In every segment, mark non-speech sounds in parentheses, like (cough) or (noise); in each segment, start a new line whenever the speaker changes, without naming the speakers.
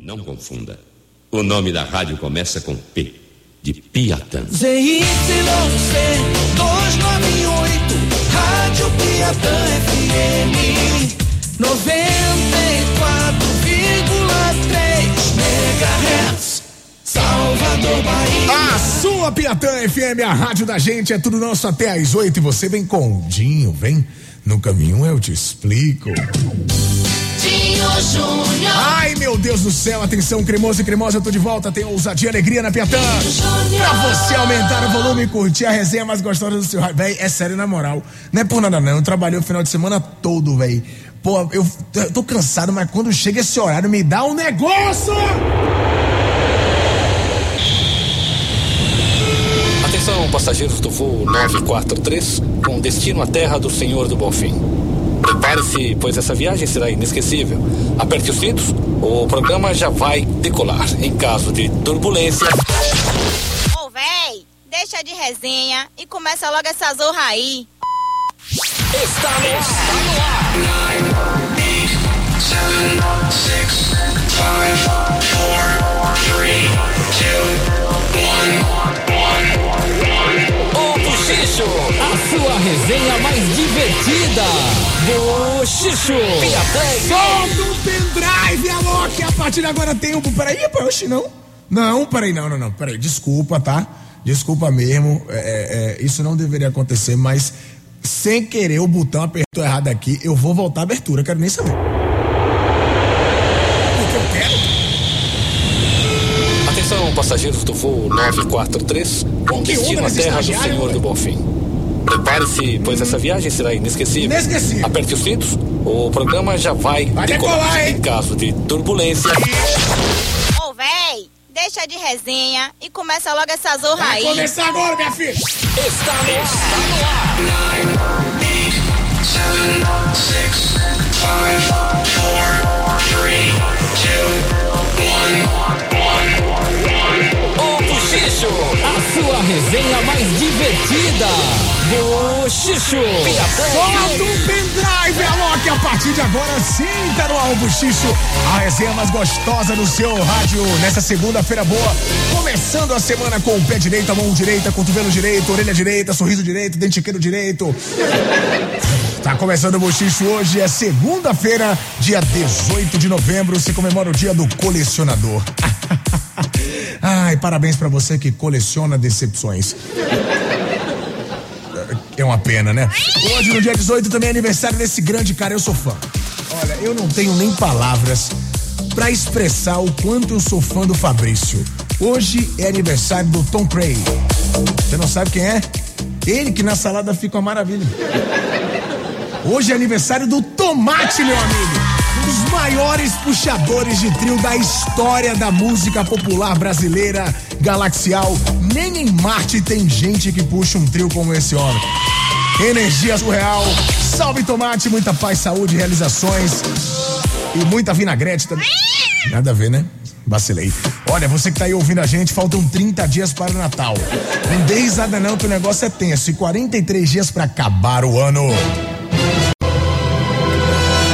Não confunda. O nome da rádio começa com P, de Piatã.
ZYC 298, Rádio Piatã FM 94,3 MHz. Salvador Bahia.
A sua Piatã FM, a rádio da gente, é tudo nosso até às oito. E você vem com o Dinho, vem. No caminho eu te explico.
Dinho Júnior.
Ai, meu Deus do céu, atenção, cremoso e cremosa, eu tô de volta. Tem ousadia e alegria na Piatã. Pra você aumentar o volume e curtir a resenha mais gostosa do seu rádio. Véi, é sério, na moral. Não é por nada, não. Eu trabalhei o final de semana todo, véi. Pô, eu eu tô cansado, mas quando chega esse horário, me dá um negócio!
Atenção, passageiros do voo 943, com destino à terra do Senhor do Bonfim. Prepare-se, pois essa viagem será inesquecível. Aperte os cintos, o programa já vai decolar. Em caso de turbulência,
Ô, véi, deixa de resenha e começa logo essa zorra aí.
O Buchicho, a sua resenha mais divertida. Buchicho, Piatã,
Solta o pendrive, alô, que a partir de agora tem um. Peraí, pô, oxe, não. Não, peraí, não, não, não. Peraí, desculpa, tá? Desculpa mesmo. é, é, é, isso não deveria acontecer, mas sem querer o botão apertou errado aqui, eu vou voltar à abertura, quero nem saber. Porque eu quero.
atenção, passageiros do voo 943, com
que onda
destino à
nesse
terra do
estagiário,
Senhor do Bonfim. Prepare-se, pois essa viagem será inesquecível.
Uhum. Inesquecível.
Aperte os cintos, o programa já vai,
Vai decolar, hein?
Em caso de turbulência,
Ô, véi, deixa de resenha e começa logo essa zorra
Vai
aí.
começar agora, minha filha.
está no ar. O Buchicho, a sua resenha mais divertida. Buchicho, Piatã,
Solta o um pendrive, alô, que a partir de agora sim tá no Arrobo Xixo, a resenha mais gostosa no seu rádio, nessa segunda-feira boa, começando a semana com o pé direito, a mão direita, cotovelo direito, orelha direita, sorriso direito, dentiqueiro direito. Tá começando o Bochicho hoje, é segunda-feira, dia 18 de novembro, se comemora o dia do colecionador. (laughs) Ai, parabéns pra você que coleciona decepções. É uma pena, né? Hoje, no dia 18, também é aniversário desse grande cara, eu sou fã. Olha, eu não tenho nem palavras pra expressar o quanto eu sou fã do Fabrício. Hoje é aniversário do Tom Cray. Você não sabe quem é? Ele que na salada fica uma maravilha. Hoje é aniversário do Tomate, meu amigo. Um dos maiores puxadores de trio da história da música popular brasileira galaxial. Nem em Marte tem gente que puxa um trio como esse homem. Energia surreal. Salve Tomate, muita paz, saúde, realizações e muita vinagrete também. Nada a ver, né? Vacilei. Olha, você que tá aí ouvindo a gente, faltam 30 dias para o Natal. Não dê risada não, que o negócio é tenso. E 43 dias para acabar o ano.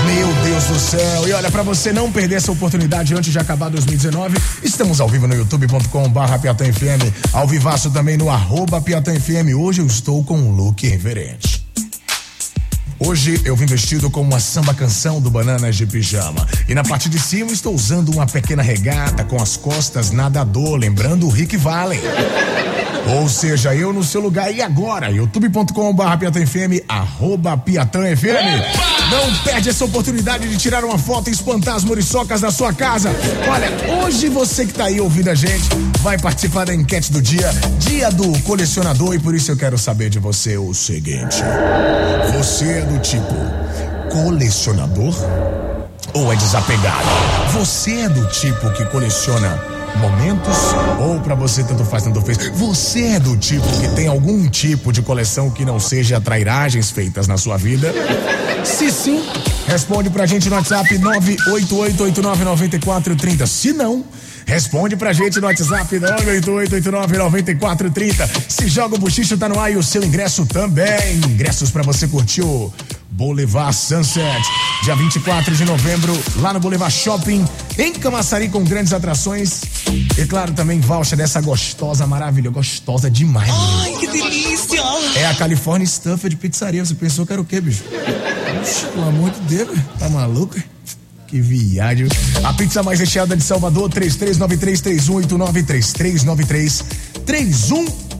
Meu Deus do céu! E olha, pra você não perder essa oportunidade antes de acabar 2019, estamos ao vivo no youtube.com/barra Piatã FM, ao vivaço também no arroba Piatã FM. Hoje eu estou com um look reverente. Hoje eu vim vestido como uma samba canção do Bananas de Pijama. E na parte de cima estou usando uma pequena regata com as costas nadador, lembrando o Rick Valen. Ou seja, eu no seu lugar e agora, youtube.com.br piatanfm, arroba piatanfm. Não perde essa oportunidade de tirar uma foto e espantar as muriçocas da sua casa. Olha, hoje você que tá aí ouvindo a gente vai participar da enquete do dia, dia do colecionador, e por isso eu quero saber de você o seguinte. Você é do tipo colecionador ou é desapegado? Você é do tipo que coleciona momentos ou pra você tanto faz tanto fez? Você é do tipo que tem algum tipo de coleção que não seja trairagens feitas na sua vida? Se sim, responde pra gente no WhatsApp 988899430. Se não, responde pra gente no WhatsApp 988899430. Se joga o buchicho, tá no ar e o seu ingresso também. Ingressos pra você curtir o Boulevard Sunset, dia 24 de novembro, lá no Boulevard Shopping, Em Camaçari com grandes atrações. E claro, também voucher dessa gostosa, maravilha, gostosa demais.
Ai, que delícia!
É a California Stuffed Pizzaria. Você pensou que era o quê, bicho? Oxe, Pelo amor de Deus, velho. tá maluco? Que viagem. A pizza mais recheada de Salvador, 33933189, 33933189.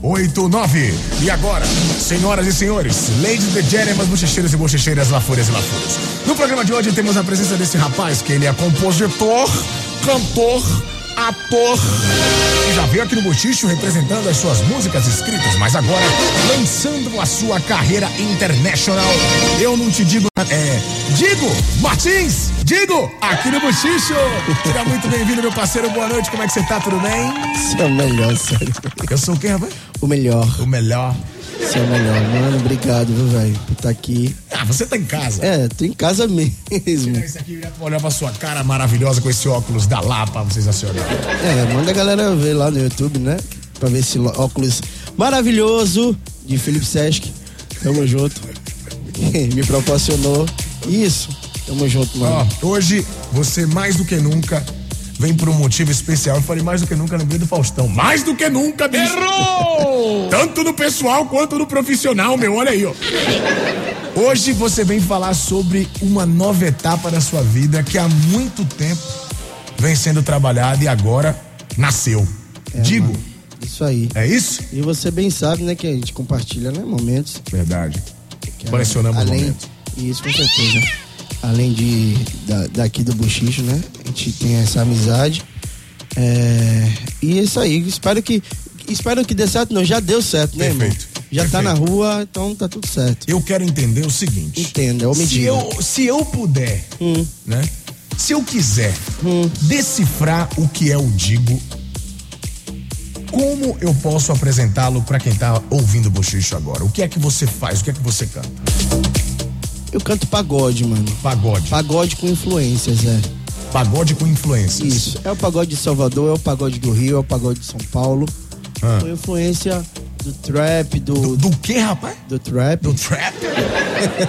um E agora, senhoras e senhores, ladies and gentlemen, bochecheiros e bochecheiras, lafúrias e lafúrias. No programa de hoje temos a presença desse rapaz, que ele é compositor, cantor, ator, e já veio aqui no Bochicho representando as suas músicas escritas, mas agora lançando a sua carreira internacional. Eu não te digo, é, digo, Martins, digo, aqui no Bochicho. Seja muito bem-vindo, meu parceiro, boa noite, como é que você tá, tudo bem?
Você é o melhor, sério.
Eu sou quem, rapaz?
O melhor.
O melhor.
Você é o melhor. Mano, obrigado, viu, velho, por estar aqui.
Ah, você tá em casa.
É, tô em casa mesmo.
Isso aqui, eu vou olhar pra sua cara maravilhosa com esse óculos da Lapa, vocês acionaram.
É, manda a galera ver lá no YouTube, né? Pra ver esse lo- óculos maravilhoso de Felipe Sesc. Tamo junto. (laughs) Que Me proporcionou isso. Tamo junto,
Ó,
mano.
hoje você mais do que nunca vem por um motivo especial. Eu falei mais do que nunca, lembrei do Faustão. Mais do que nunca, bicho. Errou! Tanto no pessoal quanto no profissional, meu. Olha aí, ó. Hoje você vem falar sobre uma nova etapa da sua vida que há muito tempo vem sendo trabalhada e agora nasceu.
É,
Digo,
mano, Isso aí.
é isso?
E você bem sabe, né, que a gente compartilha, né, momentos.
Verdade.
Que é-
Colecionamos
além,
momentos.
Isso, com certeza. Além de, da- daqui do Buchicho, né? A gente tem essa amizade. É, e é isso aí. Espero que, espero que dê certo. Não, já deu certo, né,
Perfeito.
irmão? Já tá
Perfeito.
na rua, então tá tudo certo.
Eu quero entender o seguinte.
Entenda, é ou Então me
se
diga.
eu, se eu puder,
Hum.
né? Se eu quiser decifrar o que é o Digo, como eu posso apresentá-lo pra quem tá ouvindo o Bochicho agora? O que é que você faz? O que é que você canta?
Eu canto pagode, mano.
Pagode.
Pagode com influências, é.
Pagode com influências.
Isso. É o pagode de Salvador, é o pagode do Rio, é o pagode de São Paulo.
Ah.
Com influência do trap, do,
Do que, rapaz?
do trap.
Do
(laughs)
trap?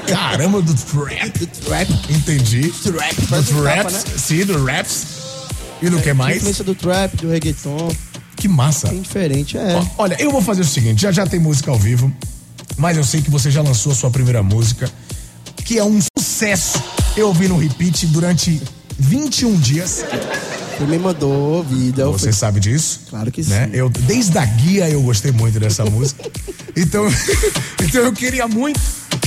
Caramba, do trap.
do trap.
Entendi.
Do rap,
Do
parece um tapa,
raps.
né? É,
Sim, do raps. E do que
A
mais?
influência do trap, do reggaeton.
Que massa.
Bem diferente, é.
Ó, Olha, eu vou fazer o seguinte: já já tem música ao vivo, mas eu sei que você já lançou a sua primeira música, que é um sucesso. Eu ouvi no repeat durante 21 dias.
Tu me mandou vida. eu
Você
falei,
sabe disso?
Claro que
né?
sim.
Eu, desde a guia eu gostei muito dessa música.
(laughs)
Então, (laughs) então eu queria muito,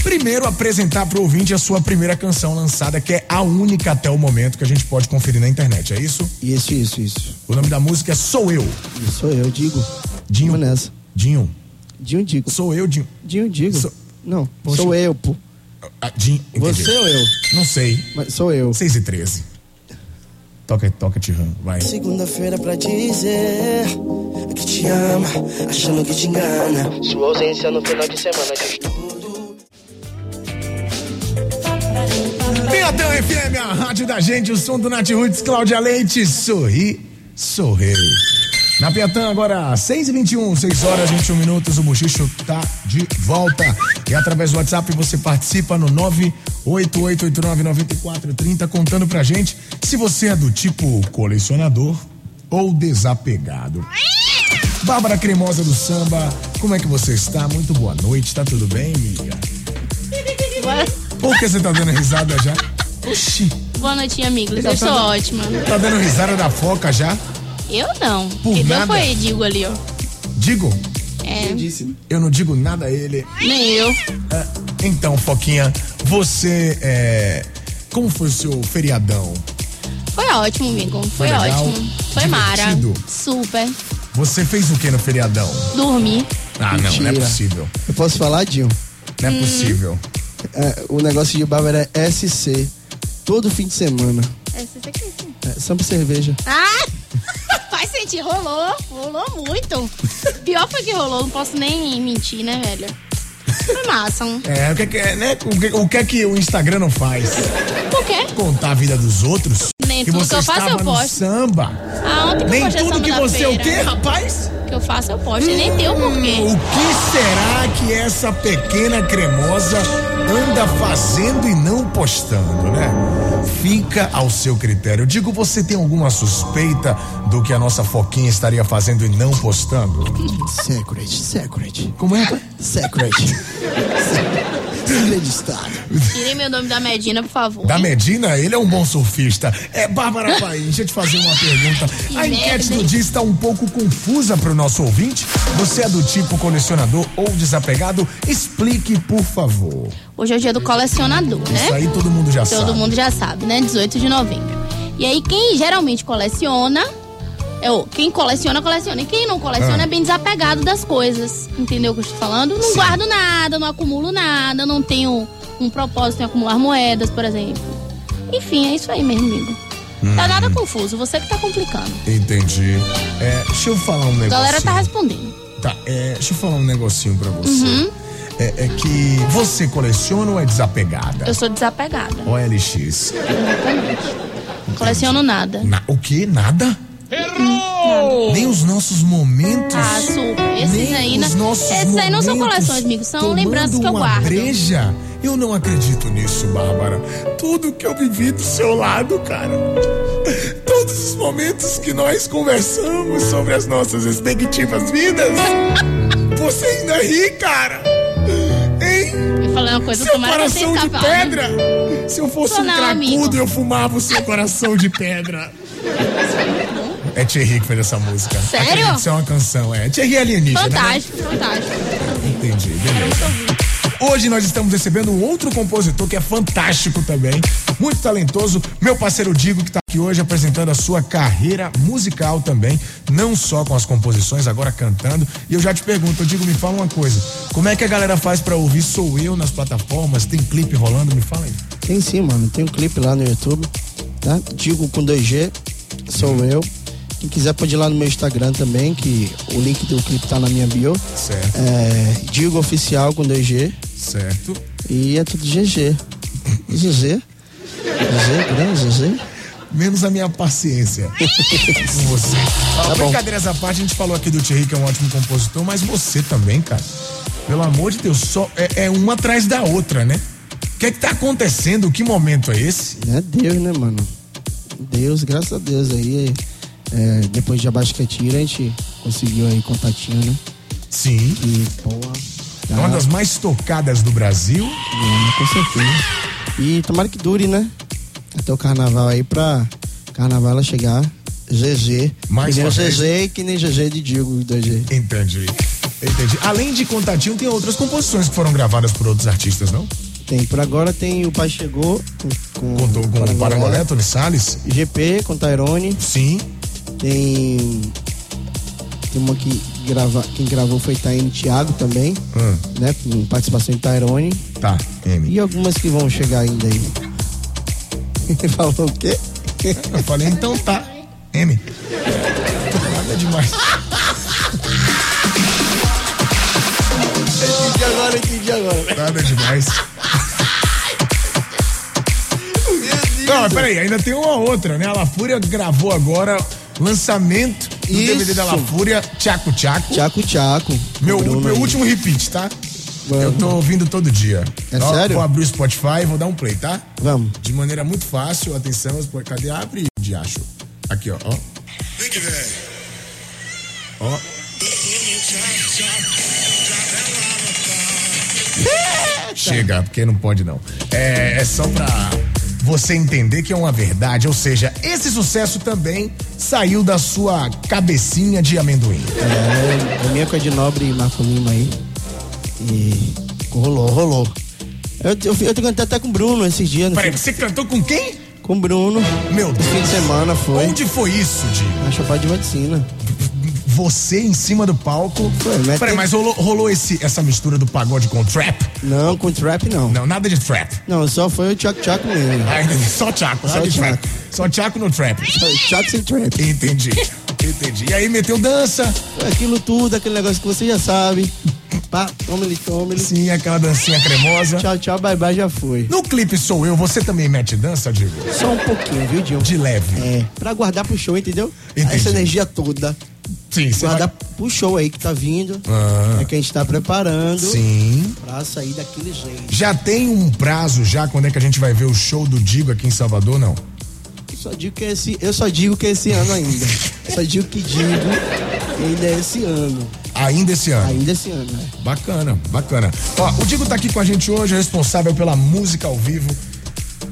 primeiro, apresentar pro ouvinte a sua primeira canção lançada, que é a única até o momento que a gente pode conferir na internet. É isso?
Isso, isso, isso.
O nome da música é Sou Eu.
Isso Sou eu, digo.
Dinho.
Vamos nessa.
Dinho.
Dinho, digo.
Sou eu, Dinho.
Dinho, digo.
Sou-
Não,
Poxa.
sou eu, pô.
Ah, Dinho. entendi.
Você ou eu?
Não sei.
Mas sou eu.
6 e 13. Toca, toca, Tihan, vai.
Segunda-feira pra dizer que te ama, achando que te engana. Sua ausência no final de semana diz tudo.
Piatão FM, a rádio da gente, o som do Nath Roots, Cláudia Leite, sorri, sorri. Na Piatã, agora, 6 e 21 6 horas, 21 minutos, o Bochicho tá de volta. E através do WhatsApp você participa no 988899430, contando pra gente se você é do tipo colecionador ou desapegado. Bárbara Cremosa do Samba, como é que você está? Muito boa noite, tá tudo bem, amiga? Por que você tá dando risada já? Oxi,
Boa noite, amigos.
Ele
Eu
tá
estou
dando-
ótima.
tá dando risada da foca já?
Eu não.
Por
Quem
nada.
deu foi Digo ali, ó.
Digo,
É,
eu não digo nada a ele.
nem eu.
Ah, Então, Foquinha, você é. Como foi o seu feriadão?
Foi ótimo, amigo. Foi,
legal,
ótimo. Foi mara.
divertido.
Super.
Você fez o que no feriadão?
Dormi.
Ah, não, não é
Mentira.
possível.
Eu posso falar, Dinho?
Não é possível.
É, o negócio de Bárbara é SC. Todo fim de semana. É, sampa e cerveja.
Ah! (laughs) Faz sentido. Rolou. Rolou muito. Pior foi que rolou. Não posso nem mentir, né, velho? Foi massa. hein?
É, o que, é que- né? o, que, o que é que o Instagram não faz?
Por quê?
Contar a vida dos outros?
nem
que
tudo que
você
eu faço
estava
eu
no
posto.
samba.
Ah, ontem que
Nem
eu postei
tudo
samba
que
da
você- é
feira.
o quê, Hum. rapaz?
Que eu faço eu posto. E nem tem o porquê.
O que será que essa pequena cremosa anda fazendo e não postando, né? Fica ao seu critério. Eu digo, você tem alguma suspeita do que a nossa Foquinha estaria fazendo e não postando?
Secret, secret.
Como é?
Secret. (laughs) Segredo de Estado.
Tirem meu nome da Medina, por favor.
Da Medina, ele é um bom surfista. É, Bárbara Paim, deixa eu te fazer uma pergunta. A
merda,
enquete do
hein?
dia está um pouco confusa para o nosso ouvinte. Você é do tipo colecionador ou desapegado? Explique, por favor.
Hoje é o dia do colecionador, né?
Isso aí todo mundo já
Todo
sabe.
mundo já sabe, né? 18 de novembro. E aí, quem geralmente coleciona. É, o- quem coleciona, coleciona. E quem não
Ah.
coleciona é bem desapegado das coisas. Entendeu o que eu estou falando? Não guardo nada, não acumulo nada, não tenho um propósito em acumular moedas, por exemplo. Enfim, é isso aí, meu amigo.
Uhum.
Tá nada confuso, você que tá complicando.
Entendi. É, deixa eu falar um
A
negocinho.
galera tá respondendo.
Tá, é, deixa eu falar um negocinho pra você.
Uhum.
É, é que você coleciona ou é desapegada?
Eu sou desapegada.
OLX.
Exatamente. Coleciono nada.
Na- o quê? Nada? Nem os nossos momentos.
Ah, super. Esses
nem
aí, né?
os nossos
Esses aí não são
momentos
coleções, amigo. São
tomando
lembranças que eu
uma
guardo.
Breja. Eu não acredito nisso, Bárbara. Tudo que eu vivi do seu lado, cara. Todos os momentos que nós conversamos sobre as nossas respectivas vidas.
(laughs)
Você ainda ri, cara. Hein?
Eu falei uma coisa,
Seu
tomara que eu tenha
coração de
escapado. né?
pedra. Se eu fosse
Sou
um
não,
cracudo,
amigo.
eu fumava o seu coração de pedra. É Thierry que fez essa música.
Sério?
Acredito, Isso é uma canção, é. Thierry é alienígena, né?
Fantástico, fantástico.
Entendi, beleza. Hoje nós estamos recebendo um outro compositor que é fantástico também, muito talentoso, meu parceiro Digo, que está aqui hoje apresentando a sua carreira musical também, não só com as composições, agora cantando. E eu já te pergunto, Digo, me fala uma coisa: como é que a galera faz pra ouvir Sou Eu nas plataformas? Tem clipe rolando? Me fala aí.
Tem sim, mano. Tem um clipe lá no YouTube, tá? Digo com 2G, sou eu. Quem quiser pode ir lá no meu Instagram também, que o link do clipe tá na minha bio.
Certo.
É, Digo Oficial com 2G.
Certo.
E é tudo GG. GG. GG, grande GG.
menos a minha paciência com você. Ó,
Tá bom.
brincadeiras à parte, a gente falou aqui do Thierry, que é um ótimo compositor, mas você também, cara. Pelo amor de Deus, só é, é uma atrás da outra, né? O que é que tá acontecendo? Que momento é esse?
É Deus, né, mano? Deus, graças a Deus aí. é, depois de abaixo que atira, a gente conseguiu aí contatinho, né?
Sim.
E, porra.
É uma
tá-
das mais tocadas do Brasil.
É, com certeza. E tomara que dure, né? Até o carnaval aí pra carnaval ela chegar. GG.
Mais
que nem
uma
o
vez.
GG e que nem GG de Digo 2G.
Entendi. Entendi. Além de Contatinho, tem outras composições que foram gravadas por outros artistas, não?
Tem, por agora tem o Pai Chegou com,
Contou com o Parangolé, Tony Salles?
GP com Tyrone.
Sim.
Tem. Tem uma que grava, quem gravou foi Taine Thiago também,
Hum.
né? Com participação de Tyrone.
Tá, M.
E algumas que vão chegar ainda aí. (laughs) Ele falou o quê?
Eu falei, então tá. M. Nada demais.
Entendi agora, entendi agora.
Nada demais. Não, mas peraí, ainda tem uma outra, né? A La Fúria gravou agora lançamento do
Isso.
DVD da La Fúria, Tchaco Tchaco.
Tchaco Tchaco.
Meu,
Bruno
meu
aí.
último repeat, tá?
Vamos.
Eu tô ouvindo todo dia.
É
Ó,
sério?
Vou abrir o Spotify e vou dar um play, tá?
Vamos.
De maneira muito fácil, atenção, Spotify. cadê? Abre, diacho. Aqui, ó. ó. Ó. Chega, porque não pode não. É, é só pra você entender que é uma verdade, ou seja, esse sucesso também saiu da sua cabecinha de amendoim.
É, a minha com a de Nobre e Marco Lima aí. E rolou, rolou. Eu, eu, eu tô cantando até com o Bruno esses dias. no
Peraí,
fim-
você cantou com quem?
com o Bruno.
Meu
No fim de
Deus.
semana foi.
Onde foi isso, Di?
Na Chapada de Vaticina.
Você em cima do palco.
Foi, mas
Peraí,
tem-
mas rolou, rolou esse, essa mistura do pagode com trap?
Não, com trap não. Não,
Não, nada de trap.
só foi o Tchaco Tchaco mesmo.
Ah, entendi. Só Tchaco, só,
Só
de
Tchaco.
trap. Só Tchaco no trap.
Tchaco sem trap.
Entendi. Entendi. E aí meteu dança.
Aquilo tudo, aquele negócio que você já sabe. pá, toma ele, toma ele.
Sim, aquela dancinha cremosa.
Tchau, tchau, bye bye, já foi.
No clipe Sou Eu, você também mete dança, Diego?
Só um pouquinho, viu, Diego?
De leve.
É, pra guardar pro show, entendeu?
Entendi.
Essa energia toda.
Sim, você
Guardar
vai-
pro show aí que tá vindo.
Ah.
É que a gente tá preparando.
Sim.
Pra sair daquele jeito.
Já tem um prazo já quando é que a gente vai ver o show do Digo aqui em Salvador, não?
Eu só digo que é esse, eu só digo que é esse ano ainda. Eu só digo que digo que ainda é esse ano.
Ainda esse ano.
Ainda esse ano, né?
Bacana, bacana. Ó, o Digo tá aqui com a gente hoje, responsável pela música ao vivo,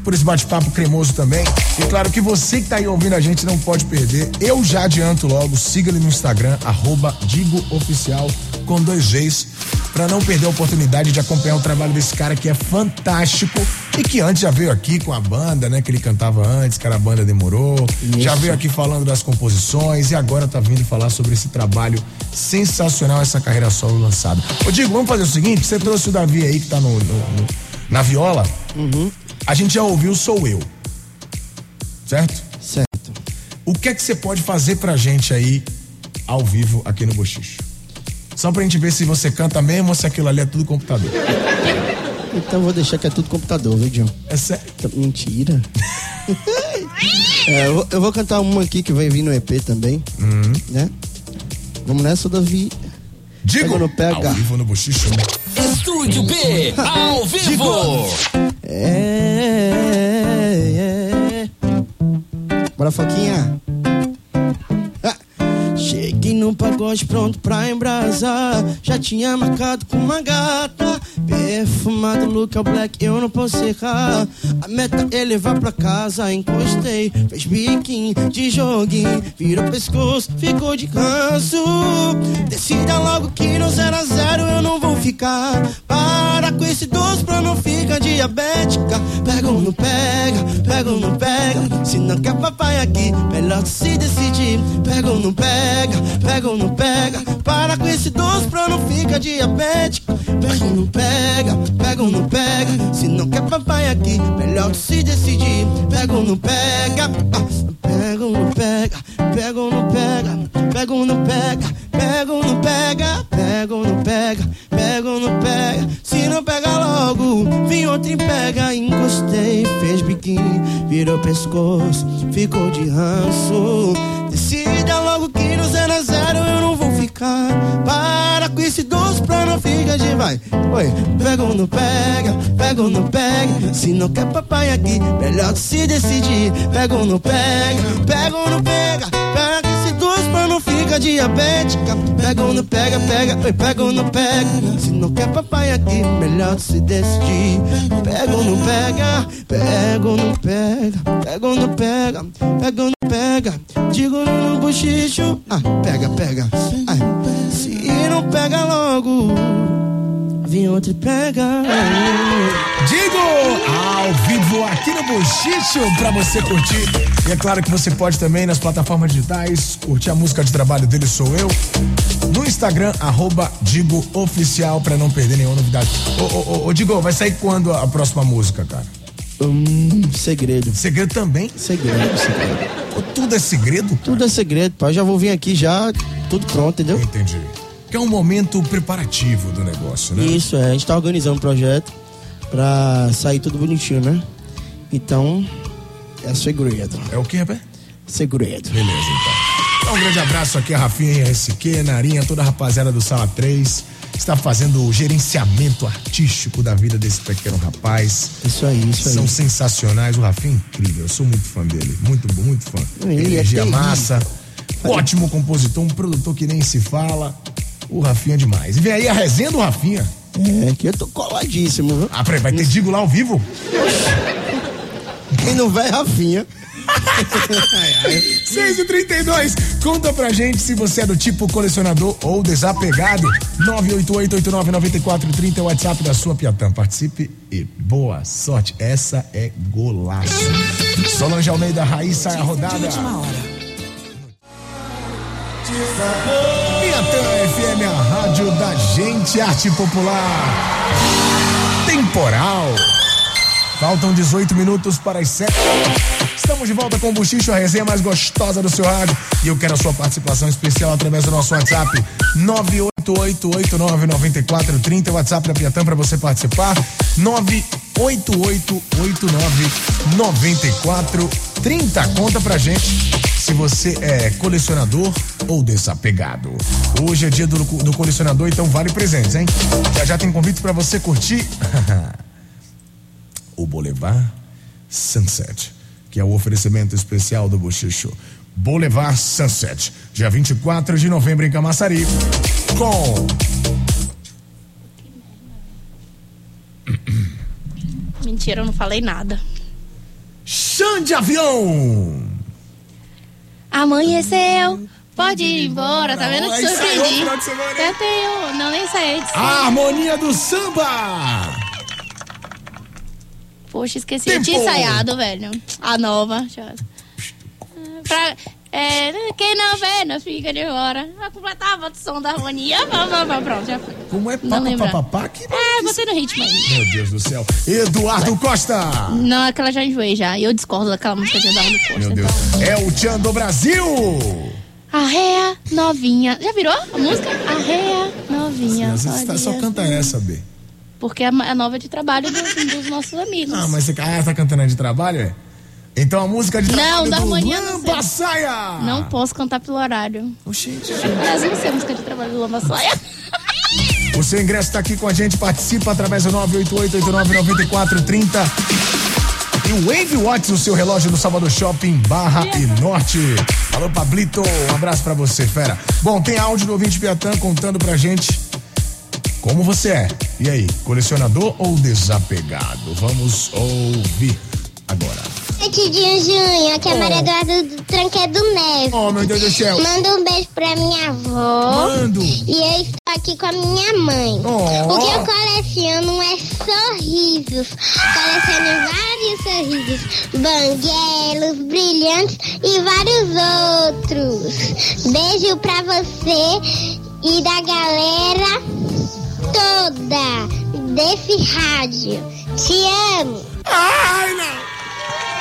por esse bate-papo cremoso também. E claro que você que tá aí ouvindo a gente não pode perder. Eu já adianto logo, siga ele no Instagram, arroba DigoOficial com dois Gs, pra não perder a oportunidade de acompanhar o trabalho desse cara que é fantástico e que antes já veio aqui com a banda, né? Que ele cantava antes, cara, a banda demorou. Já veio aqui falando das composições e agora tá vindo falar sobre esse trabalho sensacional, essa carreira solo lançada. Ô, Digo, vamos fazer o seguinte: você trouxe o Davi aí que tá no, no- no- na viola. A gente já ouviu Sou Eu. Certo?
Certo.
O que é que você pode fazer pra gente aí ao vivo aqui no Bochicho? Só pra gente ver se você canta mesmo ou se aquilo ali é tudo computador.
Então eu vou deixar que é tudo computador, viu, John?
É sério?
Tá- Mentira. (laughs) É, eu, vou- eu vou cantar uma aqui que vai vir no EP também.
Uhum.
Né? Vamos nessa, Davi.
Digo,
Pega no pé,
ao
cara.
vivo no Bochicho.
Estúdio B, ao vivo.
É, é, é. Bora, Foquinha. Ah. Cheguei num pagode pronto pra embrasar. Já tinha marcado com uma gata. Perfumado look ao black, eu não posso errar. A meta é levar pra casa. Encostei, fez biquinho de joguinho. Virou pescoço, ficou de canso. Decida logo que no zero a zero eu não vou ficar. Para com esse doce pra não ficar diabética. Pega ou não pega, pega ou não pega. Se não quer papai aqui, melhor se decidir. Pega ou não pega, pega ou não pega. Para com esse doce pra não ficar diabética. Pega ou não pega, pega ou não pega. Se não quer papai aqui, melhor se decidir. Pega ou não pega, ah, pega ou não pega, pega ou não pega, pega ou não pega, pega ou não pega, pega ou não pega, pega ou não pega. Se não pega logo, vem outro e pega. Encostei, fez biquinho, virou pescoço, ficou de ranço. Decida logo que no zero a zero eu não vou ficar. Para com esse doce pra não ficar de vai. Oi, pega ou não pega, pega ou não pega. Se não quer papai aqui, melhor se decidir. Pega ou não pega, pega ou não pega, pega esse doce pra não ficar diabética. Pega ou não pega, pega, oi, pega ou não pega. Se não quer papai aqui, melhor se decidir. Pega ou não pega, pega ou não pega, pega ou não pega, pega ou não pega. Digo no bochicho, ah, pega, pega. Ai, se não pega logo, vem outro e pega.
Digo ao vivo aqui no Buchicho pra você curtir. E é claro que você pode também nas plataformas digitais curtir a música de trabalho dele sou eu. No Instagram, arroba Digo Oficial, pra não perder nenhuma novidade. Ô, ô, ô, ô, Digo, vai sair quando a próxima música, cara?
Hum, segredo,
Segredo também?
segredo, segredo.
Ô, Tudo é segredo?
Tudo é segredo, pai. Já vou vir aqui já, tudo pronto, entendeu?
Entendi. Que é um momento preparativo do negócio, né?
Isso, é. A gente tá organizando um projeto pra sair tudo bonitinho, né? Então, é segredo.
É o que, rapaz?
Segredo.
Beleza, então. Então, Um grande abraço aqui a Rafinha RSQ, Narinha, toda a rapaziada do Sala 3. Está fazendo o gerenciamento artístico da vida desse pequeno rapaz.
Isso aí, isso aí.
São sensacionais. O Rafinha é incrível. Eu sou muito fã dele. Muito, bom, muito fã.
Ele é
Energia
terrível.
massa. Ótimo compositor, um produtor que nem se fala. O Rafinha é demais. E vem aí a resenha do Rafinha.
É que eu tô coladíssimo, viu?
Ah, peraí, vai ter Digo lá ao vivo?
Quem não vai, Rafinha.
6 e 32 Conta pra gente se você é do tipo colecionador ou desapegado. 988-89-9430 é o WhatsApp da sua Piatã. Participe e boa sorte. Essa é golaço. Solange Almeida, Raiz, sai a rodada. Piatã FM, a rádio da gente, arte popular. Temporal. Faltam 18 minutos para as 7. Estamos de volta com o Buchicho, a resenha mais gostosa do seu rádio. E eu quero a sua participação especial através do nosso WhatsApp 8899430, o WhatsApp da Piatã para você participar. 988899430. Conta pra gente se você é colecionador ou desapegado. Hoje é dia do, do colecionador, então vale presentes, hein? Já já tem convite para você curtir (laughs) o Boulevard Sunset, que é o oferecimento especial do Bochicho. Boulevard Sunset, dia 24 de novembro em Camaçari, com.
Mentira, eu não falei nada.
Xande Avião!
Amanheceu, pode ir embora, tá vendo? Te
Aí saiu o
surpreendi.
final de semana,
Já tenho, não, nem saí de
A harmonia do samba!
Poxa, esqueci.
Tempo!
Eu tinha ensaiado, velho. A nova. já. Pra, é, quem não vê, não fica de fora. Vai completar a votação da harmonia. Vá, vá, vá, Pronto, já foi.
Como é
Não lembra.
papapá que.
É, botei no ritmo aí.
Meu Deus do céu! Eduardo Costa!
Não, aquela já enjoei já. E eu discordo daquela música de Eduardo Costa.
Meu Deus! É o Tchan do Brasil!
Arreia novinha. Já virou a música? Arreia novinha.
Às vezes tá- só
olha.
canta essa, B.
Porque é a a nova de trabalho do- dos nossos amigos.
Ah, mas você ah, tá cantando a de trabalho, é? Então a música de
Não,
trabalho
da
do
harmonia não sei.
Lamba Saia!
Não posso cantar pelo horário.
Oxente.
Mas não sei a música de trabalho do Lamba Saia.
O seu ingresso está aqui com a gente, participa através do 988-89-9430. E o Wave Watch, o seu relógio no Salvador Shopping, Barra e Norte. Alô, Pablito, um abraço pra você, fera. Bom, tem áudio do ouvinte Piatã contando pra gente como você é. E aí, colecionador ou desapegado? Vamos ouvir agora.
Sete de junho, aqui é
Oh.
Maria Eduarda do Tranquedo Neves.
Oh, meu Deus do céu.
Manda um beijo pra minha avó.
Mando.
E eu estou aqui com a minha mãe.
Oh.
O que eu coleciono é sorrisos. Coleciono vários sorrisos. Banguelos, brilhantes e vários outros. Beijo pra você e da galera toda desse rádio. Te amo.
Ai, não.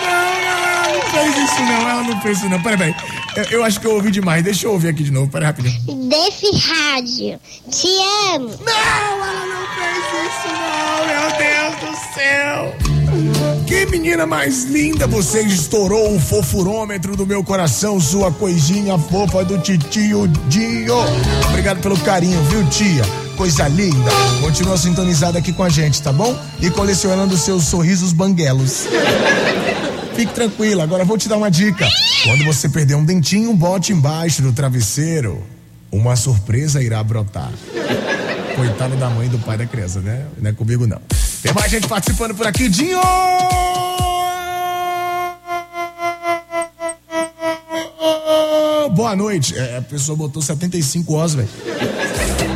Não, não fez isso não, ela não fez isso não. Peraí, peraí. Eu, eu acho que eu ouvi demais. Deixa eu ouvir aqui de novo, peraí, rapidinho.
desse rádio. Te amo.
Não, ela não fez isso, não, meu Deus do céu. Que menina mais linda! Você estourou o fofurômetro do meu coração, sua coisinha fofa do titio Dinho. Obrigado pelo carinho, viu, tia? Coisa linda. Continua sintonizada aqui com a gente, tá bom? E colecionando seus sorrisos banguelos. Fique tranquila, agora eu vou te dar uma dica. Quando você perder um dentinho, bote embaixo do travesseiro. Uma surpresa irá brotar. Coitado da mãe e do pai da criança, né? Não é comigo, não. Tem mais gente participando por aqui, Dinho! Boa noite. É, a pessoa botou 75 horas, velho.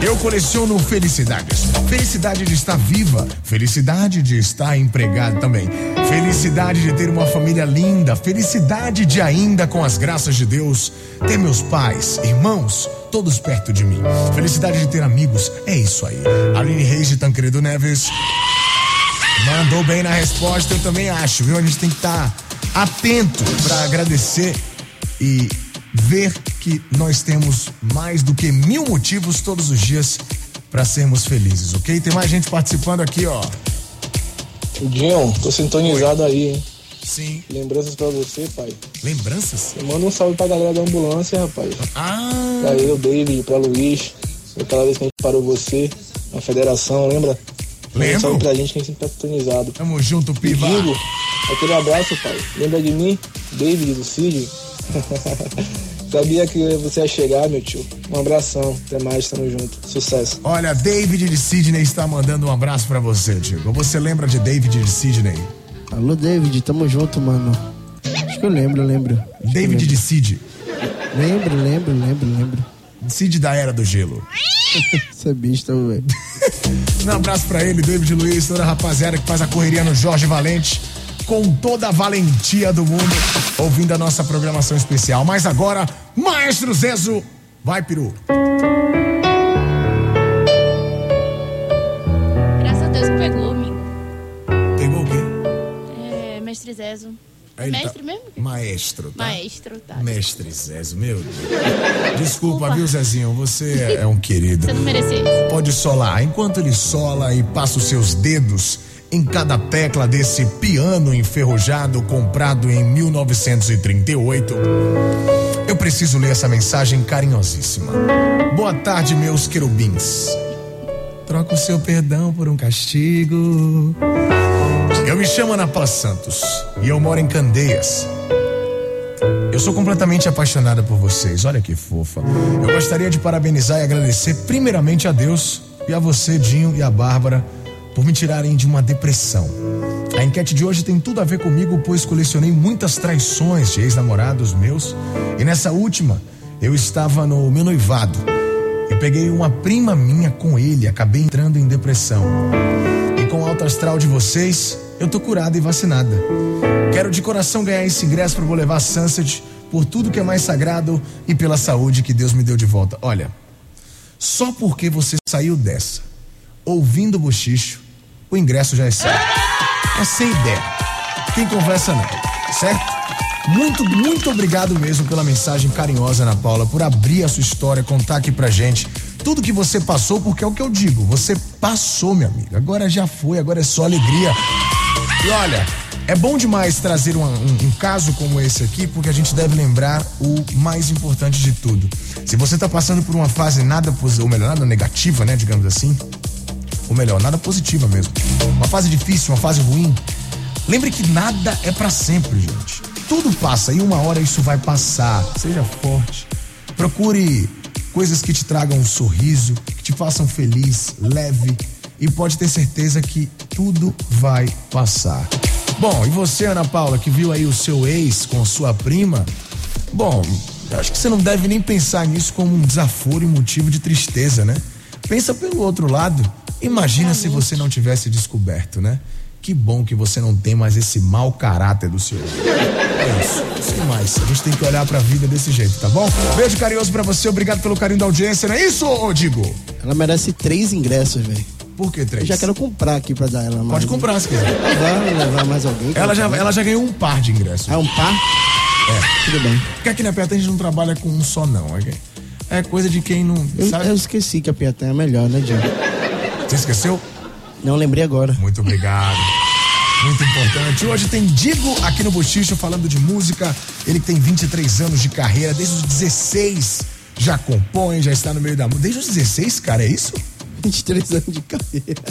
Eu coleciono felicidades. Felicidade de estar viva. Felicidade de estar empregado também. Felicidade de ter uma família linda. Felicidade de ainda, com as graças de Deus, ter meus pais, irmãos, todos perto de mim. Felicidade de ter amigos. É isso aí. Aline Reis de Tancredo Neves. Mandou bem na resposta, eu também acho, viu? A gente tem que estar atento para agradecer e ver que nós temos mais do que mil motivos todos os dias para sermos felizes, ok? Tem mais gente participando aqui, ó.
Dinho, tô sintonizado aí, hein?
Sim.
Lembranças pra você, pai.
Lembranças?
Manda um salve pra galera da ambulância, rapaz. Tá
Ah!
Pra eu, David, pra Luiz. Aquela vez que a gente parou você na federação, lembra? Manda
Lembro.
um salve pra gente que a gente sempre tá sintonizado.
Tamo junto, Piva.
Digo, aquele abraço, pai. Lembra de mim? David, do Cid? Sabia que você ia chegar, meu tio. Um abração. Até mais, tamo junto. Sucesso.
Olha, David de Sidney está mandando um abraço para você, Diego. Você lembra de David de Sidney?
Alô, David, tamo junto, mano. Acho que eu lembro, eu lembro. Acho que eu
David
lembro.
de Sid.
Lembro, lembro, lembro, lembro.
Sid da Era do Gelo.
Você é besta, velho.
Um abraço pra ele, David Luiz, toda a rapaziada que faz a correria no Jorge Valente, com toda a valentia do mundo, ouvindo a nossa programação especial. Mas agora, Maestro Zezo, vai, peru.
(laughs) Graças a Deus que pegou, amigo.
Pegou o quê?
É, mestre Zezo.
Ele tá-
Mestre mesmo?
Maestro, tá?
Maestro, tá.
Mestre Zezinho, meu Deus. Desculpa, viu, Zezinho? Você é um querido.
Você não merecia isso.
Pode solar. Enquanto ele sola e passa os seus dedos em cada tecla desse piano enferrujado comprado em 1938, eu preciso ler essa mensagem carinhosíssima. Boa tarde, meus querubins. Troca o seu perdão por um castigo. Eu me chamo Ana Paula Santos e eu moro em Candeias. Eu sou completamente apaixonada por vocês. Olha que fofa. Eu gostaria de parabenizar e agradecer primeiramente a Deus e a você, Dinho e a Bárbara, por me tirarem de uma depressão. A enquete de hoje tem tudo a ver comigo, pois colecionei muitas traições de ex-namorados meus. E nessa última, eu estava no meu noivado. Eu peguei uma prima minha com ele, acabei entrando em depressão. E com o alto astral de vocês, eu tô curada e vacinada. Quero de coração ganhar esse ingresso pro Boulevard Sunset por tudo que é mais sagrado e pela saúde que Deus me deu de volta. Olha, só porque você saiu dessa, ouvindo o bochicho, o ingresso já é seu. É sem ideia. Tem conversa não, certo? Muito, muito obrigado mesmo pela mensagem carinhosa, Ana Paula, por abrir a sua história, contar aqui pra gente tudo que você passou, porque é o que eu digo, você passou, minha amiga. Agora já foi, agora é só alegria. E olha, é bom demais trazer uma- um, um caso como esse aqui, porque a gente deve lembrar o mais importante de tudo. Se você tá passando por uma fase nada posi- ou melhor, nada negativa, né, digamos assim, ou melhor, nada positiva mesmo. Uma fase difícil, uma fase ruim. Lembre que nada é pra sempre, gente. Tudo passa e uma hora isso vai passar. Seja forte. Procure coisas que te tragam um sorriso, que te façam feliz, leve e pode ter certeza que tudo vai passar. Bom, e você, Ana Paula, que viu aí o seu ex com sua prima? Bom, eu acho que você não deve nem pensar nisso como um desaforo e motivo de tristeza, né? Pensa pelo outro lado. Imagina se você não tivesse descoberto, né? Que bom que você não tem mais esse mau caráter do seu. É isso. isso que mais? A gente tem que olhar pra vida desse jeito, tá bom? Beijo carinhoso pra você, obrigado pelo carinho da audiência, não é isso, ô Digo?
Ela merece três ingressos, velho.
Por que três?
Eu já quero comprar aqui pra dar ela mais. né?
Pode comprar se quiser.
Vai levar mais alguém?
Ela já, ela já ganhou um par de ingressos. É
um par?
É.
Tudo bem.
Porque aqui na Piatã a gente não trabalha com um só, não. É, que- é coisa de quem não.
Eu,
sabe?
eu esqueci que a Piatã é a melhor, né, Diego?
Você esqueceu?
Não lembrei (laughs) agora.
Muito obrigado. Muito importante. Hoje tem Digo aqui no Bochicho falando de música. Ele que tem 23 anos de carreira, desde os 16 já compõe, já está no meio da música. Desde os 16, cara, é isso?
23 anos de carreira.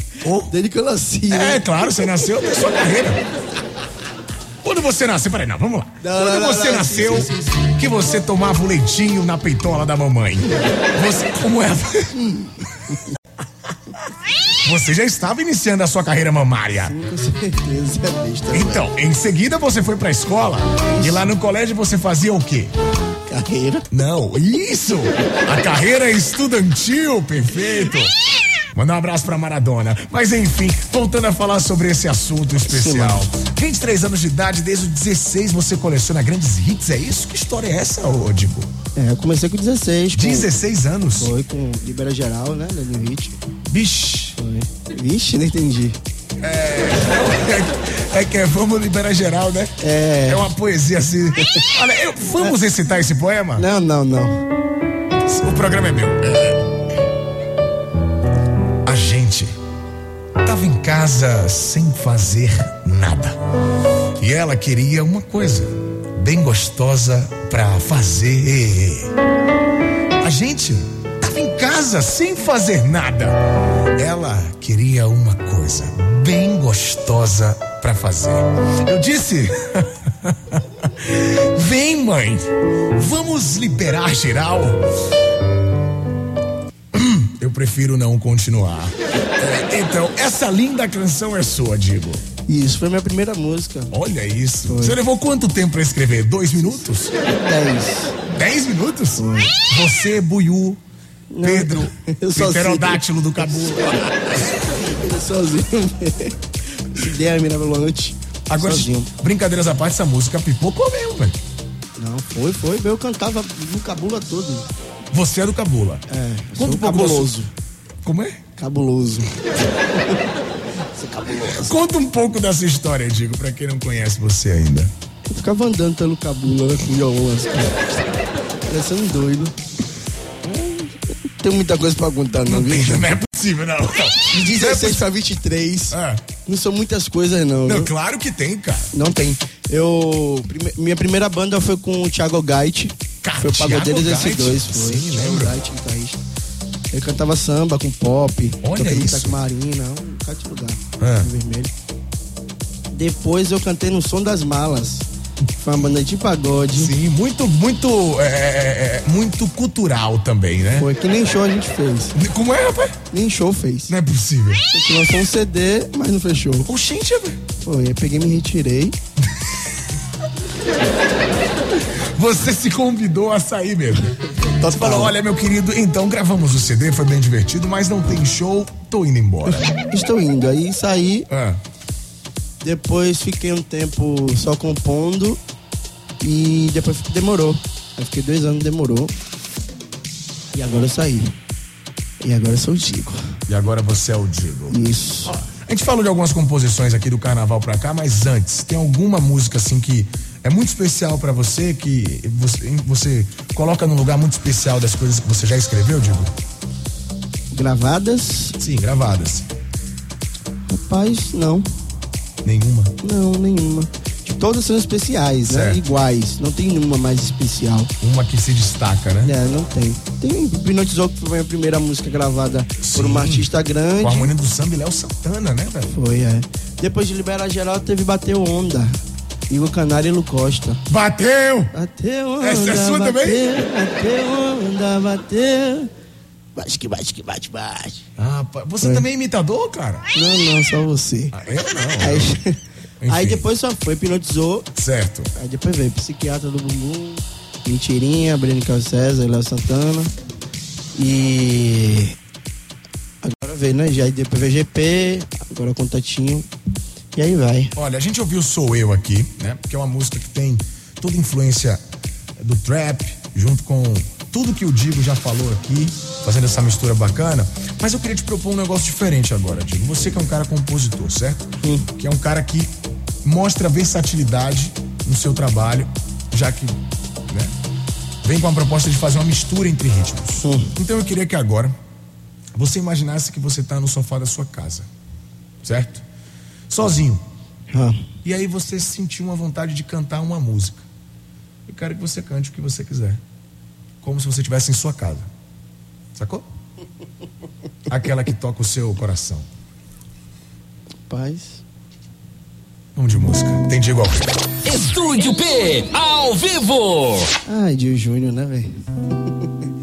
Desde
que eu nasci. né?
É, claro, você nasceu na sua carreira. Quando você nasceu, peraí, não, vamos lá.
Não,
Quando
não, não,
você
não,
nasceu,
sim,
que você tomava o leitinho na peitola da mamãe. Você,
(laughs)
como é? Você já estava iniciando a sua carreira mamária.
Com certeza, é besta.
Então, em seguida você foi pra escola e lá no colégio você fazia o quê?
Carreira.
Não, isso! A carreira estudantil, perfeito! Mandar um abraço pra Maradona. Mas enfim, voltando a falar sobre esse assunto especial. 23 anos de idade, desde os 16 você coleciona grandes hits, é isso? Que história é essa, ô Digo?
É, eu comecei com 16. Com,
16 anos?
Foi com Libera Geral, né? Daniel Hit.
Vixe!
Foi. Vixe, não entendi.
É, é que é, vamos liberar geral, né? É. É uma poesia assim. Olha, eu- vamos recitar esse poema?
Não, não, não.
O programa é meu. A gente tava em casa sem fazer nada. E ela queria uma coisa bem gostosa pra fazer. A gente tava em casa sem fazer nada. Ela queria uma coisa bem gostosa pra fazer. Eu disse: (laughs) Vem, mãe, vamos liberar geral. Hum, Eu prefiro não continuar. É, Então, essa linda canção é sua, Digo.
Isso, foi minha primeira música.
Olha isso. Você levou quanto tempo pra escrever? Dois minutos?
Dez.
Dez minutos? Você, Buiú, Pedro,
(laughs) eu sou assim.
Pterodáctilo do Cabula.
Eu é sozinho. né? Se der, me leva noite.
Agora,
sozinho.
brincadeiras à parte, essa música pipocou mesmo, velho.
Não, foi, foi. Eu cantava no cabula todo.
Você é do Cabula.
É,
Conta
sou
um pouco da
cabuloso.
Como é?
Cabuloso.
Conta um pouco dessa história, Digo, pra quem não conhece você ainda.
Eu ficava andando pelo cabula com violão assim. Parecendo um doido. Não tem muita coisa pra contar, não, viu?
Não é possível,
(laughs)
não.
De 16 pra 23. Não são muitas coisas, não.
Ah. Não,
viu?
claro que tem, cara.
Não tem. Eu. prime- minha primeira banda foi com o Thiago Gait.
Cara,
foi o
Thiago
Pagodeiro
Gait?
S2, foi.
Sim,
Thiago
lembro.
Gait, guitarrista. Ele cantava samba com pop.
Olha
toquei muita
isso.
com Marina, um bocado de lugar.
É.
no Vermelho. Depois eu cantei no Som das Malas. Foi uma banda de pagode.
Sim, muito, muito. é, é, é, muito cultural também, né?
Foi que nem show a gente fez.
Como é, rapaz?
Nem show fez.
Não é possível.
A gente lançou um CD, mas não fechou.
Oxente, rapaz.
Foi, aí peguei e me retirei.
Você se convidou a sair mesmo. Então Você falou: olha, meu querido, então gravamos o CD, foi bem divertido, mas não tem show, tô indo embora.
Estou indo. Aí saí.
Ah.
Depois fiquei um tempo só compondo. E depois demorou. Eu fiquei dois anos, demorou. E agora eu saí. E agora eu sou o Tico.
E agora você é o Digo.
Isso.
A gente falou de algumas composições aqui do carnaval pra cá, mas antes, tem alguma música assim que é muito especial pra você, que você, você coloca num lugar muito especial das coisas que você já escreveu, Digo?
Gravadas?
Sim, gravadas.
Rapaz, não.
Nenhuma?
Não, nenhuma. Tipo, todas são especiais, né?
Certo.
Iguais. Não tem nenhuma mais especial.
Uma que se destaca, né?
É, não tem. Tem Hipnotizou, que foi a primeira música gravada por uma artista grande.
Com a harmonia do samba e Léo Santana, né, velho?
Foi, é. Depois de Libera Geral, teve Bateu Onda. Igor Canário e Lu Costa.
Bateu!
Bateu onda.
Essa é sua
bateu,
também?
Bateu onda, bateu. Bate que bate que bate, bate.
Ah, pá, você
É.
também é imitador, cara? Ah,
Não, é não, só você.
Ah,
Eu não.
Aí, (laughs) aí depois só foi, hipnotizou.
Certo.
Aí depois veio Psiquiatra do Bumbum, Mentirinha, Breno Carl César, Léo Santana. E agora veio, né? Já aí depois veio GP, agora Contatinho. E aí vai.
Olha, a gente ouviu Sou Eu aqui, né? Que é uma música que tem toda a influência do trap, junto com tudo que o Digo já falou aqui, fazendo essa mistura bacana. Mas eu queria te propor um negócio diferente agora, Digo. Você que é um cara compositor, certo? Que é um cara que mostra versatilidade no seu trabalho, já que, né? Vem com a proposta de fazer uma mistura entre ritmos.
Hum,
Então eu queria que agora você imaginasse que você tá no sofá da sua casa, certo? Sozinho. E aí você sentiu uma vontade de cantar uma música. Eu quero que você cante o que você quiser. Como se você estivesse em sua casa. Sacou? Aquela que toca o seu coração.
Paz.
Vamos de música. Tem Diego Alves.
Estúdio B, ao vivo.
Ai, Dio Júnior, né, velho?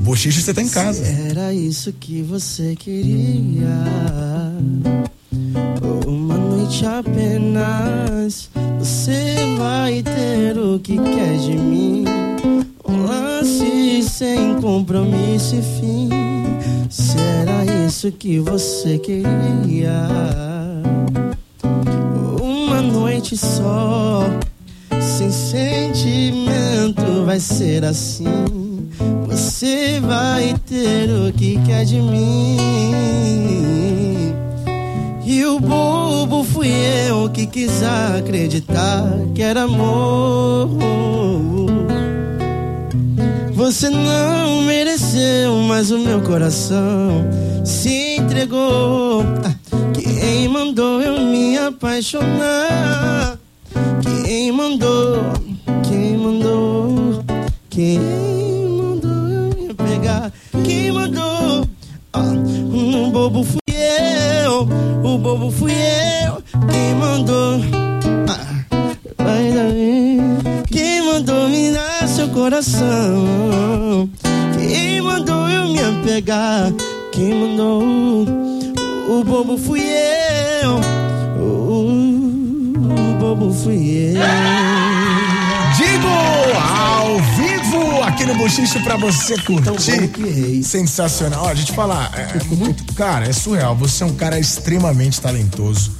Bochicho você tá em casa.
Era isso que você queria. Uma noite apenas. Você vai ter o que quer de mim. Um lance sem compromisso e fim. Se era isso que você queria. Uma noite só. Sem sentimento vai ser assim. Você vai ter o que quer de mim. E o bobo fui eu que quis acreditar que era amor. Você não mereceu, mas o meu coração se entregou. Ah, Quem mandou eu me apaixonar? Quem mandou? Quem mandou? Quem mandou eu pegar? Quem mandou? Ah, o bobo fui eu, o bobo fui eu. Quem mandou? Ah, vai dar bem. Quem mandou me dar seu coração? Quem mandou eu me apegar? Quem mandou? O bobo fui eu. O bobo fui eu.
Digo ao vivo aqui no Bochicho pra você curtir. Sensacional. Ó, gente falar, é, é muito. Cara, é surreal. Você é um cara extremamente talentoso.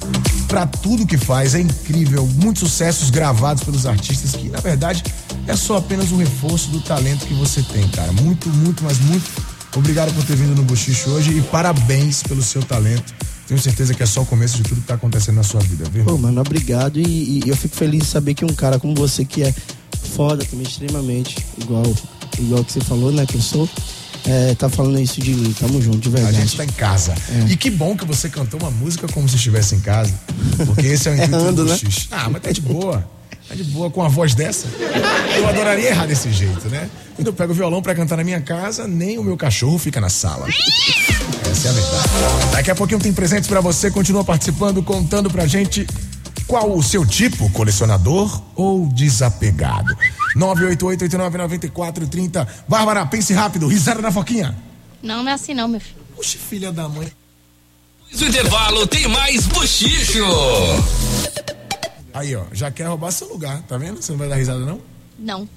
Pra tudo que faz, é incrível. Muitos sucessos gravados pelos artistas que, na verdade, é só apenas um reforço do talento que você tem, cara. Muito, muito, mas muito. Obrigado por ter vindo no Bochicho hoje e parabéns pelo seu talento. Tenho certeza que é só o começo de tudo que tá acontecendo na sua vida, viu?
Pô, mano, obrigado. E, e eu fico feliz de saber que um cara como você, que é foda também, extremamente, igual, igual que você falou, né? Que eu sou, é, tá falando isso de mim. Tamo junto, de
A
verdade.
gente tá em casa. E que bom que você cantou uma música como se estivesse em casa. Porque esse é o
É,
intuito
ando,
do
né?
X. Ah, mas tá de boa. Tá de boa com a voz dessa. Eu adoraria errar desse jeito, né? Quando eu pego o violão pra cantar na minha casa, nem o meu cachorro fica na sala. Essa é a verdade. Daqui a pouquinho tem presentes pra você. Continua participando, contando pra gente qual o seu tipo, colecionador ou desapegado. 988-8994-30. Bárbara, pense rápido. Risada na foquinha.
Não, não é assim não, meu filho.
Oxe, filha da mãe.
Depois do intervalo tem mais bochicho.
Aí, ó, já quer roubar seu lugar, tá vendo? Você não vai dar risada, não?
Não.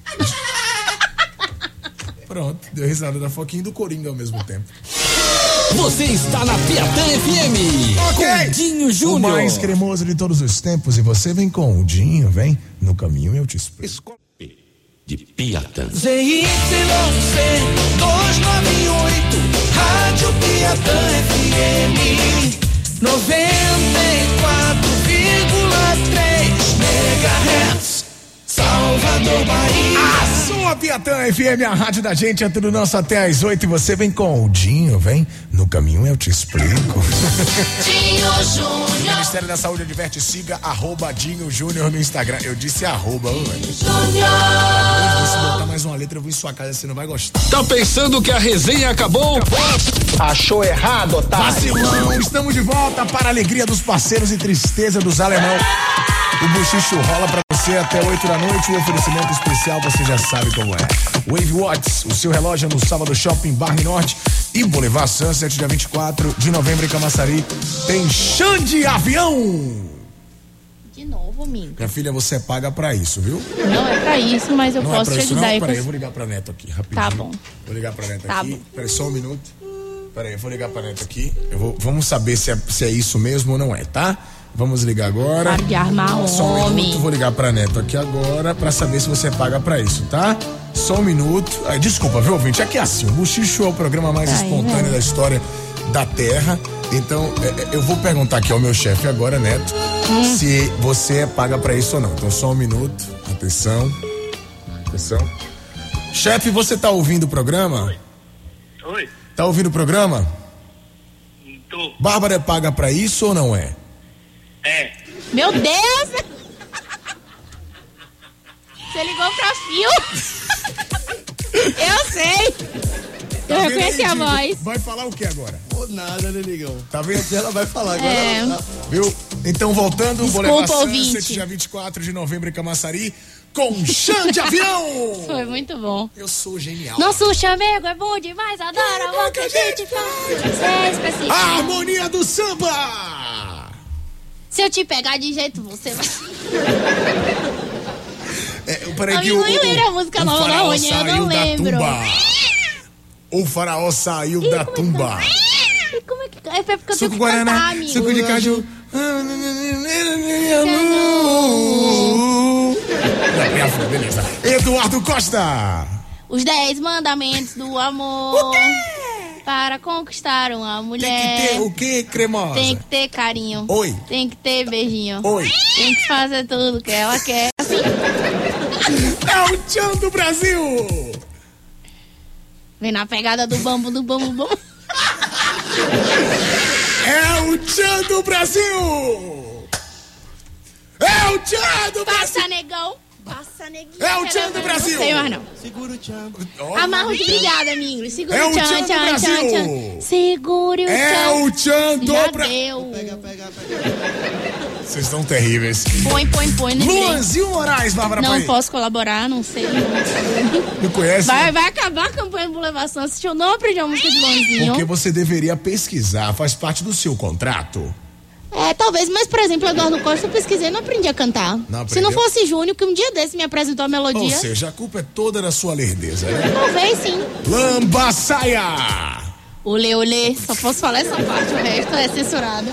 Pronto, deu risada da Foquinha e do Coringa ao mesmo tempo.
Você está na Piatã FM.
Ok!
Com Dinho
O
Júnior.
mais cremoso de todos os tempos, e você vem com o Dinho, vem. No caminho eu te explico.
De Piatã.
ZYC 298, Rádio Piatã FM 94,3 MHz, Salvador Bahia.
A sua Piatã FM, a rádio da gente, é tudo nosso até às oito. E você vem com o Dinho, vem. No caminho eu te explico.
Dinho Júnior.
Ministério da Saúde adverte, siga arroba Dinho Júnior no Instagram. Eu disse arroba, ô, velho. Se botar mais uma letra, eu vou em sua casa, você não vai gostar.
Tá pensando que a resenha acabou?
Achou errado, otário. Vacilão, estamos de volta para a alegria dos parceiros e tristeza dos alemão. O Buchicho rola pra você até 8 da noite. O oferecimento especial você já sabe como é. Wave Watts, o seu relógio é no Sábado Shopping Barre Norte e Boulevard Sunset, dia 24 de novembro em Camaçari. Tem Xande Avião.
De novo, amigo.
Minha filha, você paga pra isso, viu?
Não é pra isso, mas eu
não
posso
é pra
te
isso,
ajudar
não?
aí
Peraí, eu
com-
vou ligar pra Neto aqui, rapidinho.
Tá bom.
Vou ligar pra Neto
Tá
aqui.
bom.
Peraí, só um minuto. Peraí, eu vou ligar pra Neto aqui. Eu vou, vamos saber se é, se é isso mesmo ou não é, tá? Vamos ligar agora.
Sabe de armar
Só um
homem.
minuto, vou ligar pra Neto aqui agora pra saber se você paga pra isso, tá? Só um minuto. Ah, desculpa, viu, ouvinte? É que é assim, o Buchicho é o programa mais
Ai, né?
espontâneo
velho.
da história da Terra. Então, é, é, eu vou perguntar aqui ao meu chefe agora, Neto,
Hum.
se você é paga pra isso ou não. Então, só um minuto. Atenção. Atenção. Chefe, você tá ouvindo o programa?
Oi,
Tá ouvindo o programa?
tô.
Bárbara é paga pra isso ou não é?
É.
Meu Deus! Você ligou pra fio?
(laughs)
Eu sei! Eu
Tá vendo
reconheci
aí,
a
Digo?
voz.
Vai falar o que agora?
Ou nada, né, Negão?
Tá vendo? Ela vai falar
agora. É. Ela-
Viu? Então, voltando,
Desculpa,
Boulevard Sunset,
ouvinte.
dia 24 de novembro em Camaçari, com chão de avião!
(laughs) Foi muito bom.
Eu sou genial.
Nosso chamego é bom demais, adoro o que a tá gente faz. É específico.
A harmonia do samba!
Se eu te pegar de jeito, você vai.
É, peraí que
Amigo, eu lembro a música
o
nova da
faraó
Rony, eu
saiu
não
da
lembro. é
tumba. O faraó saiu da tumba.
tá? Como é que. É porque eu
Suco
tenho que cantar,
Guaraná,
amigo.
suco de caju. Não, é a flor, beleza. Eduardo Costa!
Os 10 mandamentos do amor. Para conquistar uma mulher.
Tem o que, cremosa?
Tem que ter carinho.
Oi.
Tem que ter beijinho.
Oi.
Tem que fazer tudo que ela quer. Assim.
É o tchan do Brasil!
Vem na pegada do bambu, do bambu, bambu.
É o tchan do Brasil! É o tchan do Brasil!
Passa, negão. Passa, neguinho.
É o tchan do Brasil!
Não sei mais, não.
Segura o tchan.
Amarro de brigada, amigo. Segura
É o
tchan,
tchan do
tchan,
Brasil!
tchan. Segure o
É
tchan.
o tchan
Já
do Brasil!
deu.
Vocês estão terríveis.
Põe, põe, põe. né, gente?
Luanzinho Moraes, Bárbara
Não
Paim.
posso colaborar, não sei. não.
Me conhece?
Vai, vai acabar a campanha do Boulevard Santos. Eu não aprendi a música de Luanzinho.
Porque você deveria pesquisar, faz parte do seu contrato.
É, talvez, mas por exemplo, Eduardo Costa eu pesquisei e não aprendi a cantar.
Não
Se não
aprendeu?
fosse Júnior, que um dia desse me apresentou a
Ou
melodia,
seja, a culpa é toda da sua lerdeza, né?
talvez sim.
Lamba saia!
Olê, olê, só posso falar essa parte, o resto é censurado.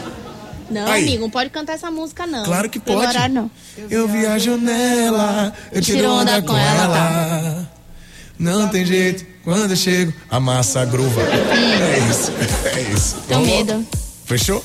Não,
Aí.
amigo, não pode cantar essa música, não.
Claro que
Pelo
pode.
horário, não.
Eu viajo nela, eu tiro onda com
tá.
ela. Não tem jeito, quando eu chego, amassa a gruva. É isso, é isso.
Tenho
Vamos lá?
medo.
Fechou?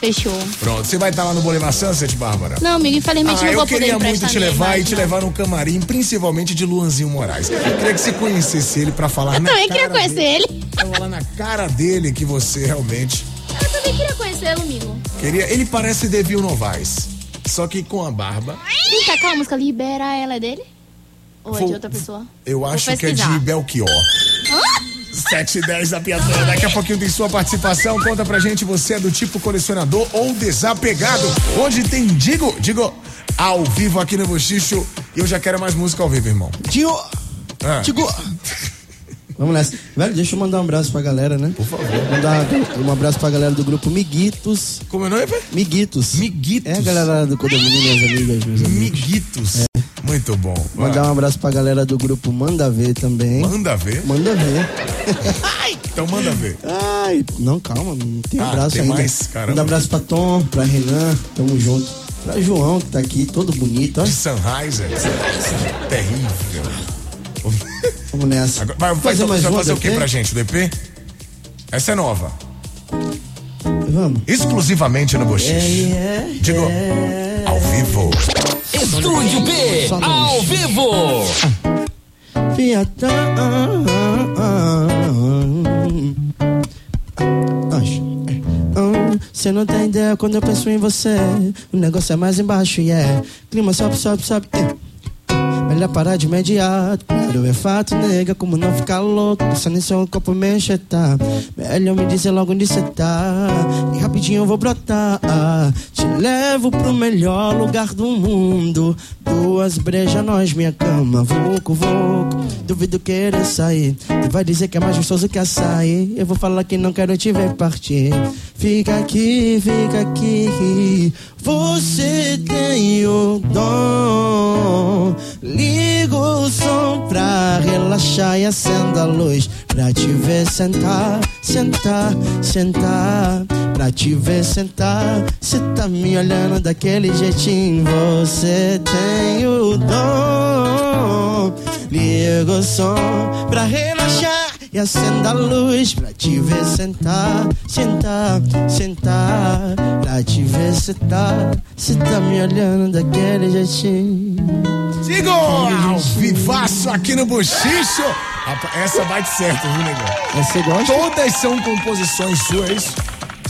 Fechou.
Pronto, você vai estar lá no Bolivar Sunset, Bárbara?
Não, amigo, infelizmente
ah,
não
eu
vou poder
queria muito
emprestar
te
minha
levar e
imagem,
te
não.
levar no camarim, principalmente de Luanzinho Moraes. Eu queria que você conhecesse ele pra falar
Eu
na
também
cara
queria conhecer
dele,
ele.
falar na cara dele que você realmente
Eu também queria conhecê-lo, amigo.
queria. Ele parece Devil Novaes, só que com a barba.
Vem cá, aquela música Libera Ela é dele? Ou é
Vou-
de outra pessoa?
Eu
Vou
acho que é de
pesquisar.
Belchior. 7 e 10 da Piatã. Daqui a pouquinho tem sua participação. Conta pra gente, você é do tipo colecionador ou desapegado. Hoje tem Digo, Digo, ao vivo aqui no Bochicho. E eu já quero mais música ao vivo, irmão.
Digo,
Ah.
Digo. Vamos nessa. Velho, deixa eu mandar um abraço pra galera, né? Por favor. Mandar um abraço pra galera do grupo Miguitos.
Como é o nome, velho?
Miguitos.
Miguitos.
É a galera lá do condomínio, minhas amigas, meus amigos.
Miguitos. Muito bom. Vai.
Mandar um abraço pra galera do grupo Manda Ver também.
Manda ver?
Manda Ver.
Então manda ver.
Ai, não, calma, não tem
Ah,
abraço
tem
ainda.
mais? Caramba.
Manda abraço pra Tom, pra Renan, tamo junto. Pra João, que tá aqui, todo bonito, ó.
De Sunrise. é Terrível.
Vamos nessa.
Agora, vai, vai,
Fazer mais
vai
uma,
fazer o que
DP?
pra gente, DP? Essa é nova.
Vamos.
Exclusivamente no Bochicho.
É, é,
Digo, ao vivo.
Estúdio B,
Só não.
ao vivo.
Fiatão. Anjo. Hum, Cê não tem ideia quando eu penso em você. O negócio é mais embaixo e é. Clima sobe, sobe, sobe. eh. Melhor parar de imediato. Claro, é fato, nega, como não ficar louco. é Pensando em seu corpo me enxertar. Melhor me dizer logo onde cê tá. E rapidinho eu vou brotar. Te levo pro melhor lugar do mundo. Duas brejas, nós, minha cama. Voco, voco. Duvido querer sair. Tu vai dizer que é mais gostoso que açaí. Eu vou falar que não quero te ver partir. Fica aqui, fica aqui. Você tem o dom. Ligo o som pra relaxar e acendo a luz. Pra te ver sentar, sentar, sentar. Pra te ver sentar. Cê tá me olhando daquele jeitinho. Você tem o dom. Ligo o som pra relaxar e acenda a luz pra te ver sentar, sentar, sentar, pra te ver sentar. Cê tá me olhando daquele jeitinho.
Digo, ao vivaço aqui no Bochicho. Rapaz, Essa bate certo, viu, negão?
Você gosta?
Todas são composições suas.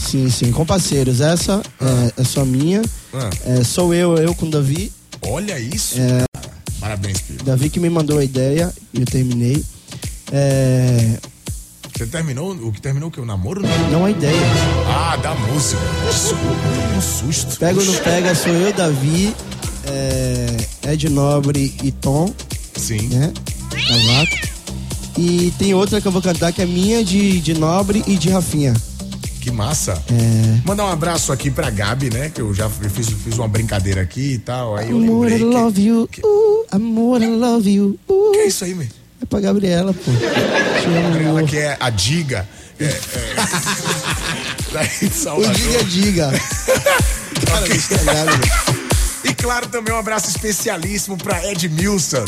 Sim, sim, com parceiros. Essa é, é só minha.
Ah.
É, sou eu, eu com o Davi.
Olha isso.
É.
cara. Parabéns, filho.
Davi que me mandou a ideia e eu terminei. É,
Você terminou o que terminou o que? O namoro? Não?
não a ideia.
Ah, da música. Desculpa, um susto.
Pega ou não pega, sou eu, Davi, é, Ed Nobre e Tom.
Sim.
né? Cavaco. E tem outra que eu vou cantar que é minha, de, de Nobre e de Rafinha.
Que massa.
É.
Mandar um abraço aqui pra Gabi, né? Que eu já fiz, fiz uma brincadeira aqui e tal. Aí eu
Amor, I
lembrei. Que,
love you. Uh, amor, I love you. Uh.
que é isso aí, meu?
É pra Gabriela, pô. Te amo,
Ela
amor.
que é a Diga. (laughs) É, é. Daí de
O
Salvador.
Diga Diga. Cara, me estragaram, velho.
é (laughs) E claro, também um abraço especialíssimo pra Edmilson,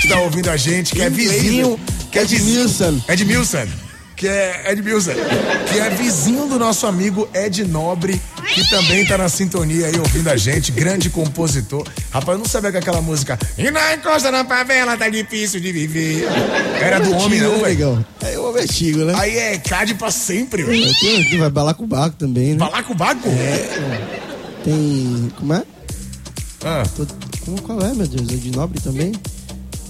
que tá ouvindo a gente, que é vizinho. Que é vizinho-
Edmilson.
Edmilson. Que é Edmilson. Que é vizinho do nosso amigo Ed Nobre, que também tá na sintonia aí ouvindo a gente, grande compositor. Rapaz, eu não sabia que aquela música. E na encosta na favela tá difícil de viver. Era do homem,
Antigo,
não,
né,
velho.
negão? É o antigo, né?
Aí é Cade pra sempre, velho.
Aí tem- tu vai balar com o barco também, né?
Balacobaco? É.
Tem. Como é?
Ah,
Tô- Como, qual é, meu Deus? É de Nobre também?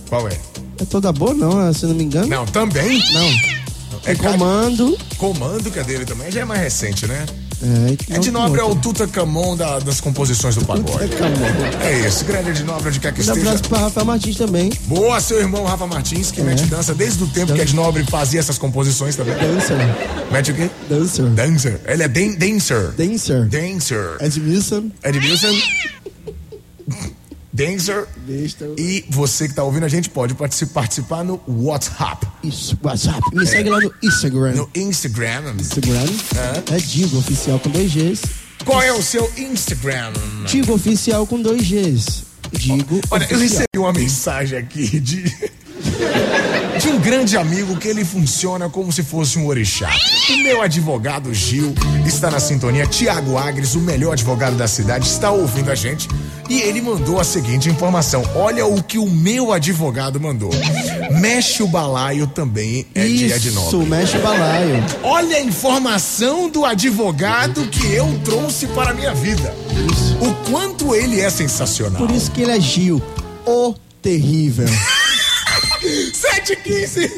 qual é?
É toda boa, não? é, Se eu não me engano?
Não, também?
Não.
É Cade-
Comando.
Comando, que é dele também, já é mais recente, né?
É, e tem
Ed
outra-
Nobre é o Tutancamon da, das composições do
Puta,
pagode.
calma.
É isso, grande Ed Nobre, onde quer que
Um
esteja.
abraço pra É. Rafael Martins também.
Boa, seu irmão Rafa Martins, que mete dança desde o tempo que Ed Nobre fazia essas composições também.
Dancer.
Mete o quê?
Dancer.
Dancer. Ele é dan dancer.
Dancer.
Dancer.
Edmilson.
Edmilson. Dancer.
Besta.
E você que tá ouvindo a gente pode particip- participar no WhatsApp,
Isso, WhatsApp. Me segue lá no Instagram.
no Instagram.
Instagram. É Digo Oficial com dois Gs.
Qual é o seu Instagram?
Digo Oficial com dois Gs. Digo.
Olha, eu
Oficial.
recebi uma mensagem aqui de. de um grande amigo que ele funciona como se fosse um orixá. O meu advogado Gil está na sintonia. Tiago Agres, o melhor advogado da cidade, está ouvindo a gente e ele mandou a seguinte informação. Olha o que o meu advogado mandou. Mexe o balaio também é dia de nobre.
Isso, mexe o balaio.
Olha a informação do advogado que eu trouxe para a minha vida. O quanto ele é sensacional.
Por isso que ele é Gil, o terrível.
7 15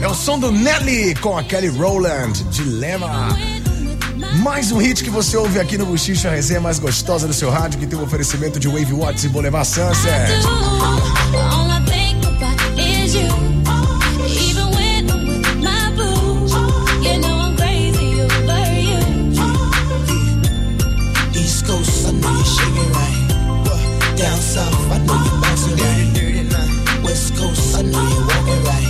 É o som do Nelly com a Kelly Rowland, Dilema. Mais um hit que você ouve aqui no Buchicha a Resenha mais gostosa do seu rádio, que tem o oferecimento de Wave Watts e Boulevard Sunset.
East Coast, I know you shaking right. What? Down south, I know you bouncing right. West Coast, I know you walking right.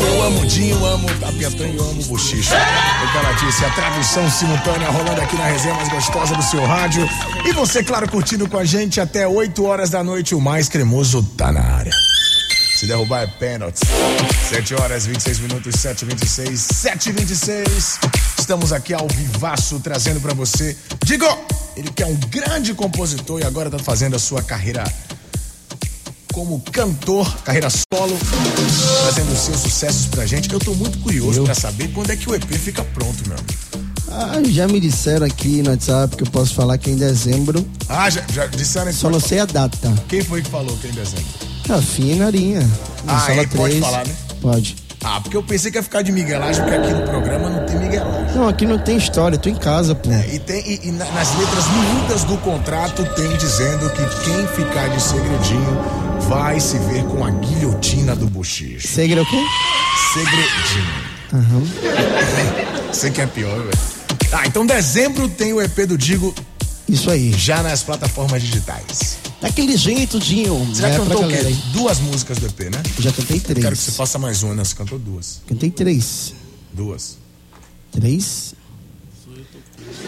Eu amo Dinho, eu amo Tapiatã e eu amo Bochicha. Eu quero disse, a tradução simultânea rolando aqui na resenha mais gostosa do seu rádio. E você, claro, curtindo com a gente até 8 horas da noite. O mais cremoso tá na área. Se derrubar é pênalti. 7 horas 26 minutos, 7 26 7 26 Estamos aqui ao vivaço trazendo pra você. Digo, ele que é um grande compositor e agora tá fazendo a sua carreira como cantor, carreira solo, trazendo os seus sucessos pra gente. Eu tô muito curioso pra saber quando é que o EP fica pronto, meu amigo.
Ah, já me disseram aqui no WhatsApp que eu posso falar que é em dezembro.
Ah, já, já disseram isso?
Só não sei a data.
Quem foi que falou que é em dezembro?
Tá finarinha.
Ah, ele pode falar, né?
Pode.
Ah, porque eu pensei que ia ficar de miguelagem, porque aqui no programa não tem miguelagem.
Não, aqui não tem história, tô em casa, pô.
E, tem, e, e na- nas letras miúdas do contrato tem dizendo que quem ficar de segredinho vai se ver com a guilhotina do bochicho.
Segredo o quê?
Segredinho.
Aham.
Você que é pior, velho. Ah, então dezembro tem o EP do Digo.
Isso aí.
Já nas plataformas digitais.
Daquele jeito, Dinho.
Você já
né,
cantou
pra
o quê?
galera aí.
Duas músicas do EP, né?
Já cantei três.
Quero que você faça mais uma, né? Você cantou duas.
Cantei três.
Duas.
Três?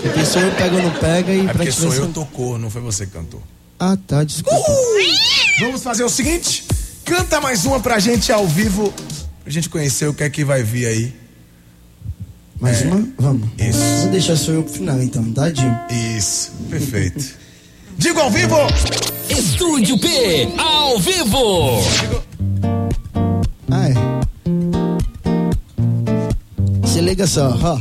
Porque sou eu pego ou não pega e
É
pra
porque
te
sou
ver se
eu tocou, não foi você que cantou.
Ah, tá, desculpa.
Vamos fazer o seguinte: canta mais uma pra gente ao vivo, pra gente conhecer o que é que vai vir aí. É.
Mais uma? Vamos.
Isso.
Vou deixar só eu pro final então, tá, Dinho?
Isso, perfeito. Digo ao vivo!
Estúdio P, ao vivo.
Ah, é. Se liga só, ó.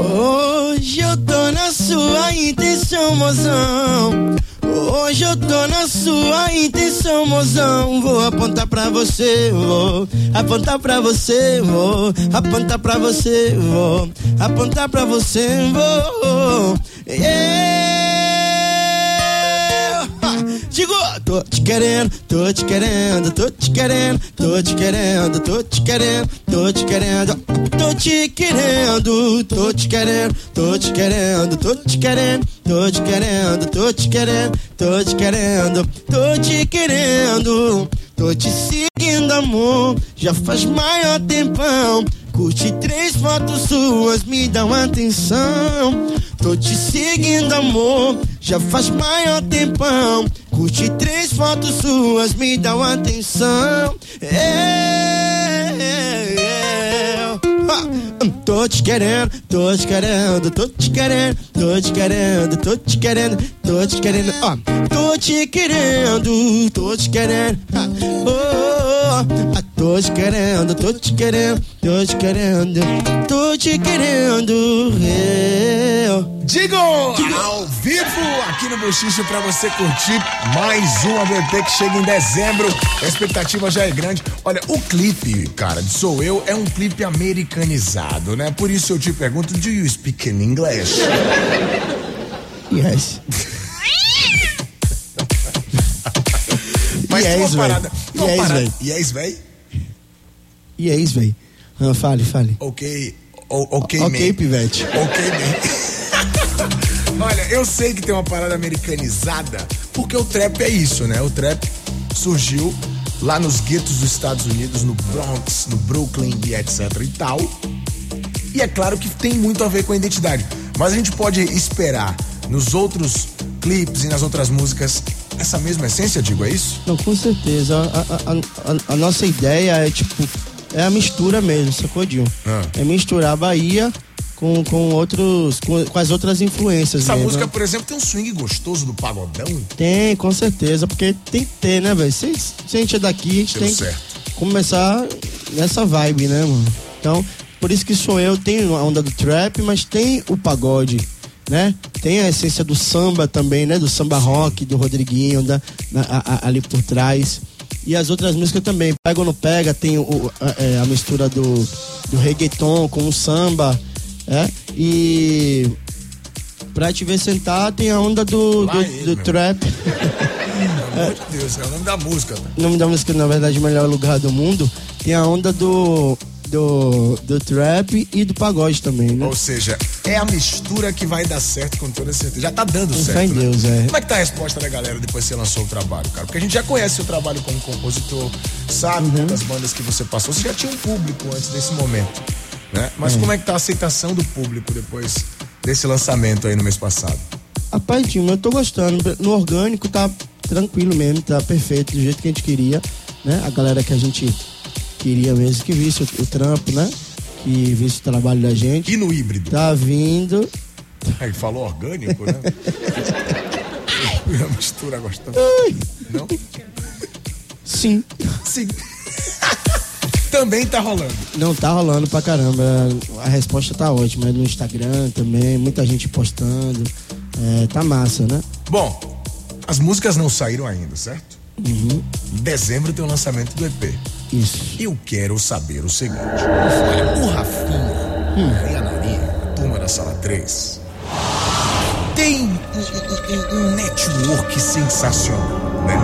Hoje eu tô na sua intenção, mozão. Hoje eu tô na sua intenção, mozão. Vou apontar pra você, vou apontar pra você, vou apontar pra você, vou apontar pra você, vou. Eu digo, tô te querendo, tô te querendo, tô te querendo, tô te querendo, tô te querendo, tô te querendo, tô te querendo, tô te querendo, tô te querendo, tô te querendo, tô te querendo, tô te querendo, tô te querendo, tô te querendo, tô te seguindo, amor, já faz maior tempão. Curti três fotos suas, me dão atenção. Tô te seguindo, amor, já faz maior tempão. Curti três fotos suas, me dão atenção. Eu, ah, Tô te querendo, tô te querendo, tô te querendo, tô te querendo, tô te querendo, tô te querendo, ó. Tô te querendo, tô te querendo, ah, oh, oh, ah, tô te querendo, tô te querendo, tô te querendo, tô te querendo, eu.
Digo ao vivo aqui no Bochicho pra você curtir mais um uma VT que chega em dezembro. A expectativa já é grande. Olha, o clipe, cara, de Sou Eu é um clipe americanizado, né? Por isso eu te pergunto: do you speak in English?
é
é
Yes.
Mas tem
Yes,
uma
véi.
parada. Uma
Yes,
parada.
véi.
Yes, véi?
E é isso, véi. Ah, fale, fale.
Ok. O- ok, man.
Ok, pivete.
Ok, man. (laughs) Olha, eu sei que tem uma parada americanizada, porque o trap é isso, né? O trap surgiu lá nos guetos dos Estados Unidos, no Bronx, no Brooklyn e etc e tal. E é claro que tem muito a ver com a identidade. Mas a gente pode esperar nos outros clipes e nas outras músicas essa mesma essência, digo, é isso?
Não, com certeza. A, a- a- a nossa ideia é tipo, é a mistura mesmo, sacou, Dinho?
Ah.
É misturar a Bahia com, com outros, com, com as outras influências
Essa
mesmo,
música,
né?
por exemplo, tem um swing gostoso do pagodão.
Tem, com certeza, porque tem que ter, né, velho? Se, se a gente é daqui, a gente
Pelo
tem
certo.
que começar nessa vibe, né, mano? Então, por isso que sou eu, tem a onda do trap, mas tem o pagode, né? Tem a essência do samba também, né? Do samba rock, do Rodriguinho, da, na- a- a- ali por trás. E as outras músicas também, Pega ou Não Pega, tem o- o- a, é, a mistura do, do reggaeton com o samba, é? E... Pra te ver sentar, tem a onda do, do, do trap.
Pelo amor de Deus, é o nome da música.
O nome da música, na verdade, melhor lugar do mundo, tem a onda do, do, do trap e do pagode também, né?
Ou seja, é a mistura que vai dar certo com toda certeza. Já tá dando
Fé
certo.
em
né?
Deus, é.
Como é que tá a resposta da galera depois que você lançou o trabalho, cara? Porque a gente já conhece o trabalho como compositor, sabe das bandas que você passou. Você já tinha um público antes desse momento, né? Mas
É.
como é que tá a aceitação do público depois desse lançamento aí no mês passado?
Rapaz, Dinho, eu tô gostando. No orgânico tá tranquilo mesmo, tá perfeito, do jeito que a gente queria, né? A galera que a gente queria mesmo que visse o, o trampo, né? Que visse o trabalho da gente.
E no híbrido?
Tá vindo.
Aí falou orgânico, né? (laughs) a mistura gostosa. Não?
Sim.
Sim. (laughs) Também tá rolando.
Não, tá rolando pra caramba. A resposta tá ótima. No Instagram também, muita gente postando. É, tá massa, né?
Bom, as músicas não saíram ainda, certo? Em dezembro tem o lançamento do EP.
Isso.
Eu quero saber o seguinte. Olha, Hum. o Rafinha e a Narinha, a turma da Sala 3, tem um, um- um- um network sensacional, né?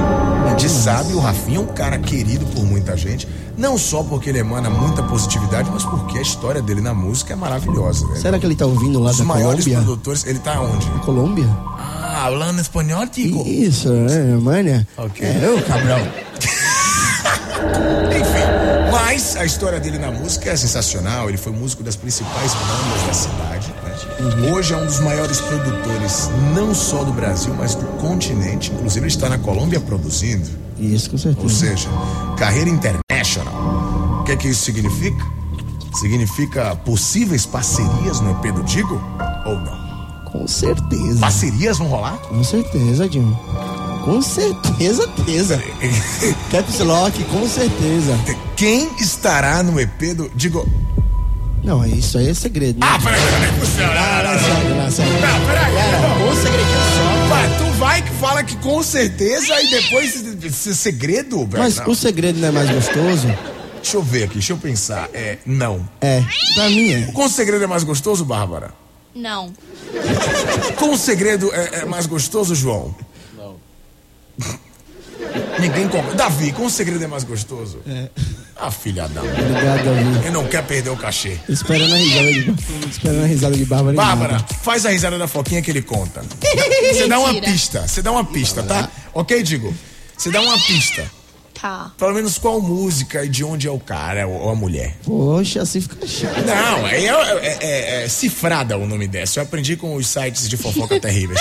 A gente sabe, o Rafinha é um cara querido por muita gente, não só porque ele emana muita positividade, mas porque a história dele na música é maravilhosa, né?
Será que ele tá ouvindo lá
Os
da
maiores
Colômbia?
produtores, ele tá onde?
Colômbia?
Ah, hablando espanhol, Tico?
Isso, né, Mania?
Ok.
É eu, cabrão.
(laughs) Enfim, mas a história dele na música é sensacional. Ele foi músico das principais bandas da cidade. né? Hoje é um dos maiores produtores, não só do Brasil, mas do continente. Inclusive, ele está na Colômbia produzindo.
Isso, com certeza.
Ou seja, carreira international. O que é que isso significa? Significa possíveis parcerias no EP do Digo? Ou não?
Com certeza.
Parcerias vão rolar? (laughs)
Com certeza, Dinho. Com certeza, certeza. Caps Lock, com certeza.
Quem estará no EP do. Digo.
Não, isso aí é segredo. Né? Ah,
peraí, peraí, por céu. Não, peraí,
um segredinho só.
tu vai que fala que com certeza aí depois esse- esse segredo, velho.
Mas
Não.
o segredo não é mais gostoso?
Deixa eu ver aqui, deixa eu pensar. É, não.
É, pra mim é.
Com segredo é mais gostoso, Bárbara?
Não.
Com segredo é, é mais gostoso, João? Não. (laughs) Ninguém compra. Davi, com segredo é mais gostoso? É. Ah, filha da mãe.
Obrigado, Davi.
Ele não quer perder o cachê.
tá Esperando a risada de, esperando a risada de Bárbara. e
Bárbara,
nada.
faz a risada da Foquinha que ele conta. Você dá uma
Mentira.
pista, você dá uma pista, tá? Ok, Digo? Você dá uma pista.
Tá.
Pelo menos qual música e de onde é o cara ou ou a mulher.
Poxa, assim fica chato.
Não, é, é- é- é cifrada o nome dessa. Eu aprendi com os sites de fofoca terríveis.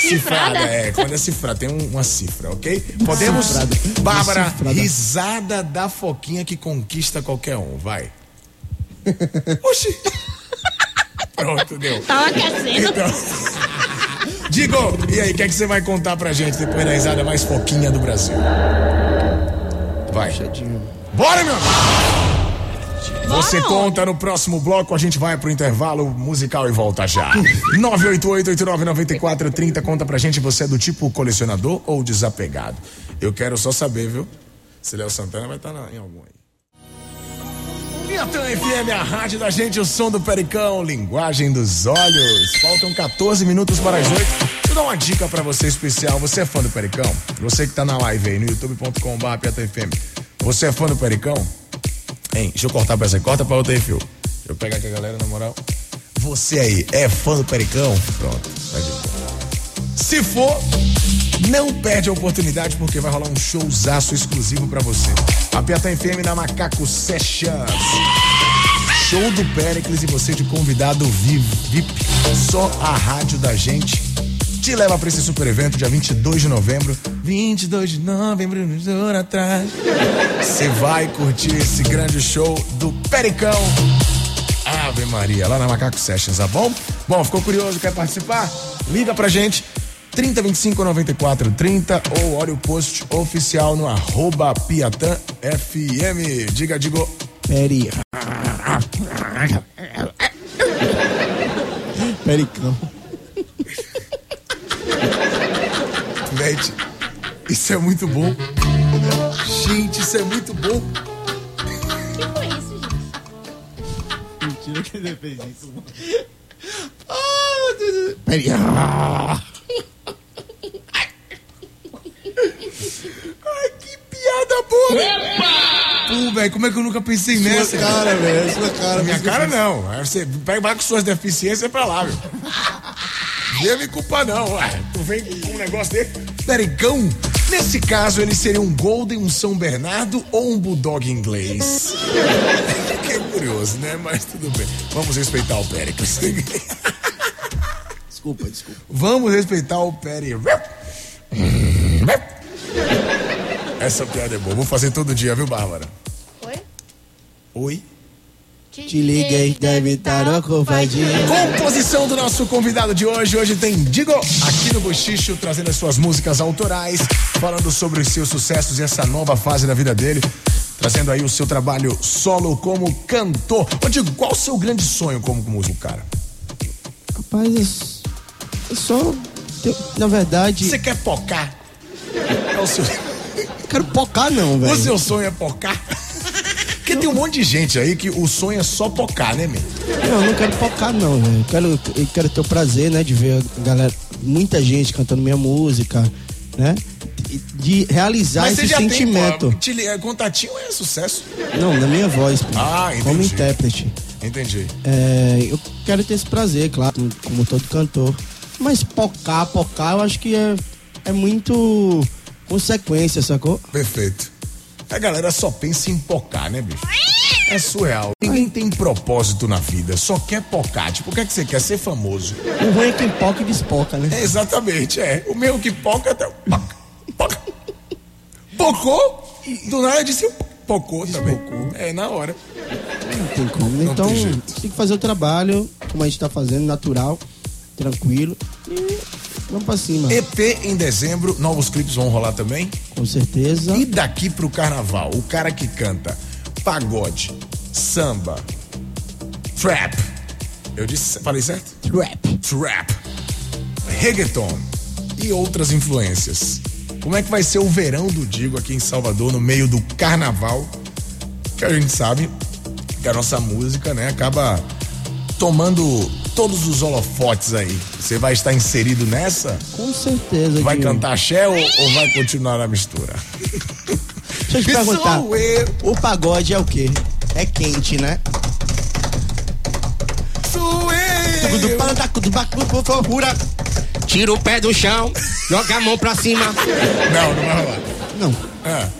Cifrada?
é. Quando é cifrada, tem um- uma cifra, ok? Podemos.
Cifrada.
Bárbara,
Cifrada.
risada da foquinha que conquista qualquer um,
(laughs)
vai. Oxi! Pronto, deu.
Tava aquecendo.
Digo, e aí, o que, é que você vai contar pra gente depois da risada mais foquinha do Brasil? Vai. Bora, meu amigo! Você conta no próximo bloco, a gente vai pro intervalo musical e volta já. 988-8994-30, conta pra gente, você é do tipo colecionador ou desapegado? Eu quero só saber, viu? Se Léo Santana vai estar em algum aí. Miatã FM, a rádio da gente, o som do Pericão, linguagem dos olhos. Faltam 14 minutos para as 8. Deixa eu dar uma dica pra você especial. Você é fã do Pericão? Você que tá na live aí no youtube.com.br, Piatã FM. Você é fã do Pericão? Hein, deixa eu cortar pra essa, corta pra outra aí, fio. Deixa eu pegar aqui a galera, na moral. Você aí é fã do Pericão? Pronto, tá de boa. Se for, não perde a oportunidade porque vai rolar um tá showzaço exclusivo pra você. A Piatã FM na Macaco Sessions. show do Péricles e você de convidado vi- VIP. Só a rádio da gente te leva pra esse super evento, dia 22 de novembro. 22 de novembro, uns anos atrás. Você vai curtir esse grande show do Pericão. Ave Maria, lá na Macaco Sessions, tá bom? Bom, ficou curioso, quer participar? Liga pra gente, 30 25 94 30 ou olha o post oficial no arroba Piatã FM. Diga, digo.
Peri. Pericão.
Gente, isso é muito bom. Gente, isso é muito bom.
que foi isso, gente?
Mentira que ele fez isso.
Ah, meu Deus.
Peri.
Ai, que piada boa! velho. Pô, velho, como é que eu nunca pensei
Sua
nessa?
cara, velho, sua cara,
Minha
assim. por isso que eu
cara
fiz.
não. Aí Você pega vai com suas deficiências pra lá, meu. Não me culpa não, ué. Tu vem com um negócio dele. Pericão, nesse caso ele seria um Golden, um São Bernardo ou um Bulldog inglês? (laughs) Que é curioso, né? Mas tudo bem. Vamos respeitar o (laughs) Pericles.
Desculpa, desculpa.
Vamos respeitar o Perry. Essa piada é boa. Vou fazer todo dia, viu, Bárbara?
Oi?
Oi?
Te liguei, deve estar ocupadinho.
Composição do nosso convidado de hoje. Hoje tem Digo aqui no Bochicho, trazendo as suas músicas autorais, falando sobre os seus sucessos e essa nova fase da vida dele. Trazendo aí o seu trabalho solo como cantor. Ô, Digo, qual o seu grande sonho como músico, cara?
Rapaz, eu s- eu só. eu- na verdade. Você
quer pocar? É o seu.
Quero pocar, não, velho.
O seu sonho é pocar? Porque tem um monte de gente aí que o sonho é só pocar, né, meu?
Não, eu não quero focar não, velho. Eu quero, eu quero ter o prazer, né, de ver a galera, muita gente cantando minha música, né? De, de realizar
Mas você
esse
já
sentimento.
tem. pô, te li- é, Contatinho é sucesso.
Não, na minha voz, pô.
Ah, entendi.
Como intérprete.
Entendi.
É, eu quero ter esse prazer, claro, como- como todo cantor. Mas pocar, pocar, eu acho que é, é muito consequência, sacou?
Perfeito. A galera só pensa em pocar, né, bicho? É surreal. Ninguém tem propósito na vida, só quer pocar. Tipo, o que é que você quer? Ser famoso.
O ruim é quem poca e despoca, né?
É, exatamente, é. O meu que poca até. Poca, poca. Pocou, do nada disse pocou também. É, na hora.
Não tem como, né?
Não
Então,
tem
tem,
jeito.
que fazer o trabalho, como a gente tá fazendo, natural, tranquilo. E vamos pra cima.
EP em dezembro, novos clipes vão rolar também?
Com certeza.
E daqui pro carnaval, o cara que canta pagode, samba, trap. Eu disse, falei certo?
Trap.
Trap. Reggaeton e outras influências. Como é que vai ser o verão do Digo aqui em Salvador no meio do carnaval? Que a gente sabe que a nossa música, né, acaba tomando todos os holofotes aí. Você vai estar inserido nessa?
Com certeza.
Vai
Diogo.
cantar axé ou, ou vai continuar na mistura?
Deixa eu te perguntar.
um
O pagode é o quê? É quente, né?
Sou
É.
Tira o pé do chão, joga a mão pra cima.
Não, não vai rolar. Ah,
Não.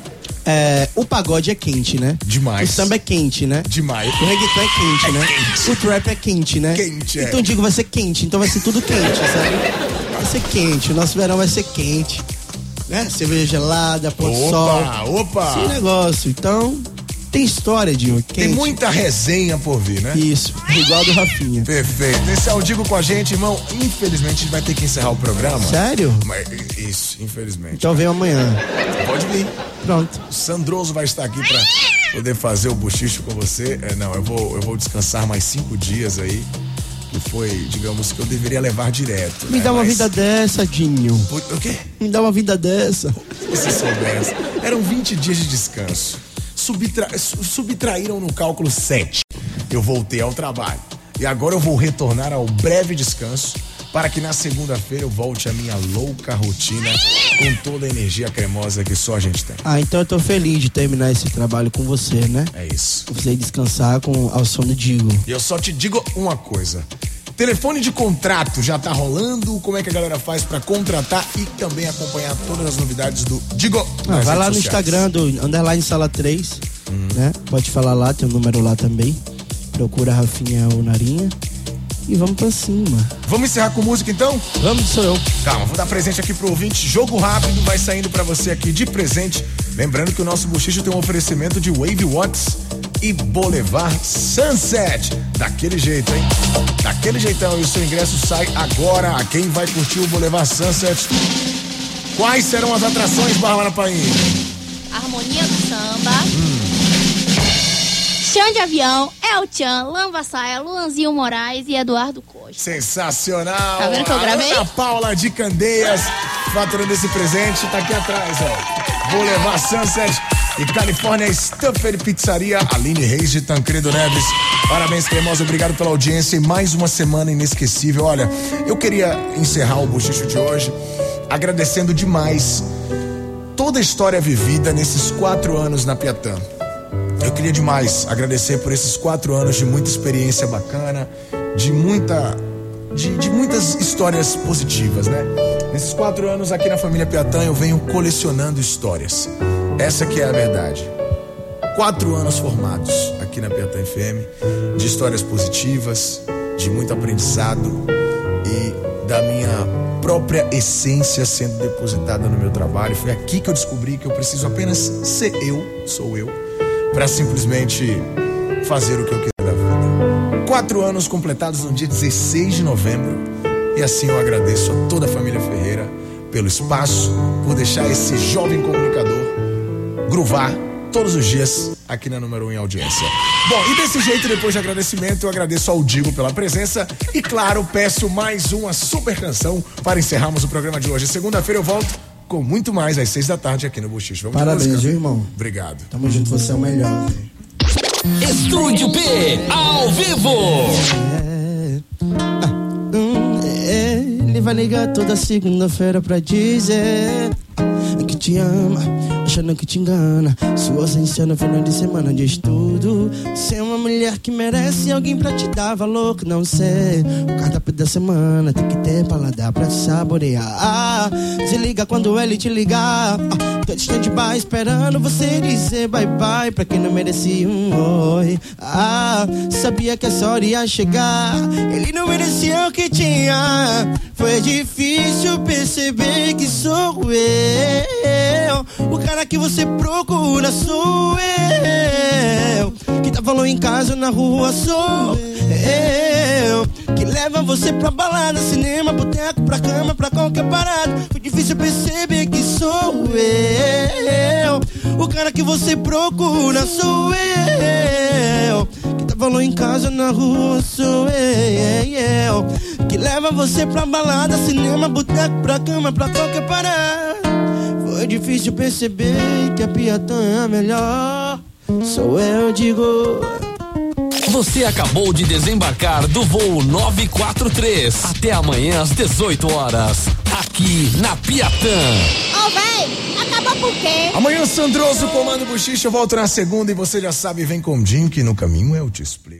É, o pagode é quente, né?
Demais.
O samba é quente, né?
Demais.
O reggaeton é quente, né? O trap é quente, né?
Quente, é.
Então digo, vai ser quente, então vai ser tudo quente, sabe? Vai ser quente, o nosso verão vai ser quente. Né? Cerveja gelada, pôr do
Opa,
sol. né,
opa.
Esse negócio. Então, tem história, Dinho.
Tem muita resenha por vir, né?
Isso, igual do Rafinha.
Perfeito. Esse é o Digo com a gente, irmão. Infelizmente, a gente vai ter que encerrar o programa.
Sério?
Mas, isso, infelizmente.
Então vem amanhã.
Pode vir.
Pronto.
O Sandroso vai estar aqui pra poder fazer o bochicho com você. É, não, eu vou, eu vou descansar mais cinco dias aí. Que foi, digamos, que eu deveria levar direto.
Me
né?
dá uma
Mas
vida dessa, Dinho.
O quê?
Me dá uma vida dessa.
Se soubesse. Eram 20 dias de descanso. Subtra- su- subtraíram no cálculo 7. Eu voltei ao trabalho. E agora eu vou retornar ao breve descanso para que na segunda-feira eu volte à minha louca rotina com toda a energia cremosa que só a gente tem.
Ah, então eu tô feliz de terminar esse trabalho com você, né?
É isso.
Você descansar com ao som do Digo.
E eu só te digo uma coisa. Telefone de contrato já tá rolando? Como é que a galera faz para contratar e também acompanhar todas as novidades do Digo?
Ah,
nas
vai lá no
redes sociais?
Instagram do Underline Sala 3, né? Pode falar lá, tem o número lá um também. procura Rafinha ou Narinha. E vamos pra cima.
Vamos encerrar com música então?
Vamos, sou eu.
Calma, vou dar presente aqui pro ouvinte. Jogo rápido, vai saindo pra você aqui de presente. Lembrando que o nosso bochicho tem um oferecimento de Wave Watts e Boulevard Sunset. Daquele jeito, hein? Daquele jeitão. E o seu ingresso sai agora. Quem vai curtir o Boulevard Sunset? Quais serão as atrações, Bárbara Paim?
Harmonia do samba. Chão de avião, El Chan, Lamba Saia, Luanzinho Moraes e Eduardo Costa.
Sensacional!
Tá vendo que eu
A
gravei?
Ana Paula de Candeias, faturando esse presente, tá aqui atrás, ó. Vou levar Sunset e Califórnia Stuffed Pizzaria, Aline Reis de Tancredo Neves. Parabéns, cremosa, obrigado pela audiência e mais uma semana inesquecível. Olha, eu queria encerrar o bochicho de hoje agradecendo demais toda a história vivida nesses quatro anos na Piatã. Eu queria demais agradecer por esses quatro anos de muita experiência bacana, de muita. De, de muitas histórias positivas, né? Nesses quatro anos aqui na família Piatã eu venho colecionando histórias. Essa que é a verdade. Quatro anos formados aqui na Piatã FM, de histórias positivas, de muito aprendizado e da minha própria essência sendo depositada no meu trabalho. Foi aqui que eu descobri que eu preciso apenas ser eu, sou eu, para simplesmente fazer o que eu quero da vida. Quatro anos completados no dia 16 de novembro. E assim eu agradeço a toda a família Ferreira pelo espaço, por deixar esse jovem comunicador gruvar todos os dias aqui na número 1 um em audiência. Bom, e desse jeito, depois de agradecimento, eu agradeço ao Digo pela presença e, claro, peço mais uma super canção para encerrarmos o programa de hoje. Segunda-feira eu volto com muito mais às seis da tarde aqui no Bochicho. Vamos de
Parabéns,
música?
viu, irmão?
Obrigado.
Tamo junto, você é o melhor.
Estúdio P, ao vivo.
Hum, é, Ele vai ligar toda segunda-feira pra dizer que te ama, achando que te engana. Sua ausência no final de semana de estudo. Você é uma mulher que merece alguém pra te dar valor, que não sei. O cardápio da semana tem que ter paladar pra saborear. Ah, se liga quando ele te ligar. Ah, tô distante by esperando você dizer bye bye pra quem não merecia um oi. Ah, sabia que essa hora ia chegar. Ele não merecia o que tinha. Foi difícil perceber que sou eu. O cara que você procura sou eu. Que tá falando em casa, na rua sou eu. Que leva você pra balada, cinema, boteco, pra cama, pra qualquer parada. Foi difícil perceber que sou eu. O cara que você procura sou eu. Que tá falando em casa, na rua sou eu. Que leva você pra balada, cinema, boteco, pra cama, pra qualquer parada. Foi difícil perceber que a Piatã é a melhor. Sou eu, digo.
Você acabou de desembarcar do voo 943. Até amanhã às 18 horas, aqui na Piatã.
Ô, véi, acabou por quê?
Amanhã, Sandroso, comando Bochicho, eu volto na segunda e você já sabe, vem com o Jim, que no caminho eu te explico.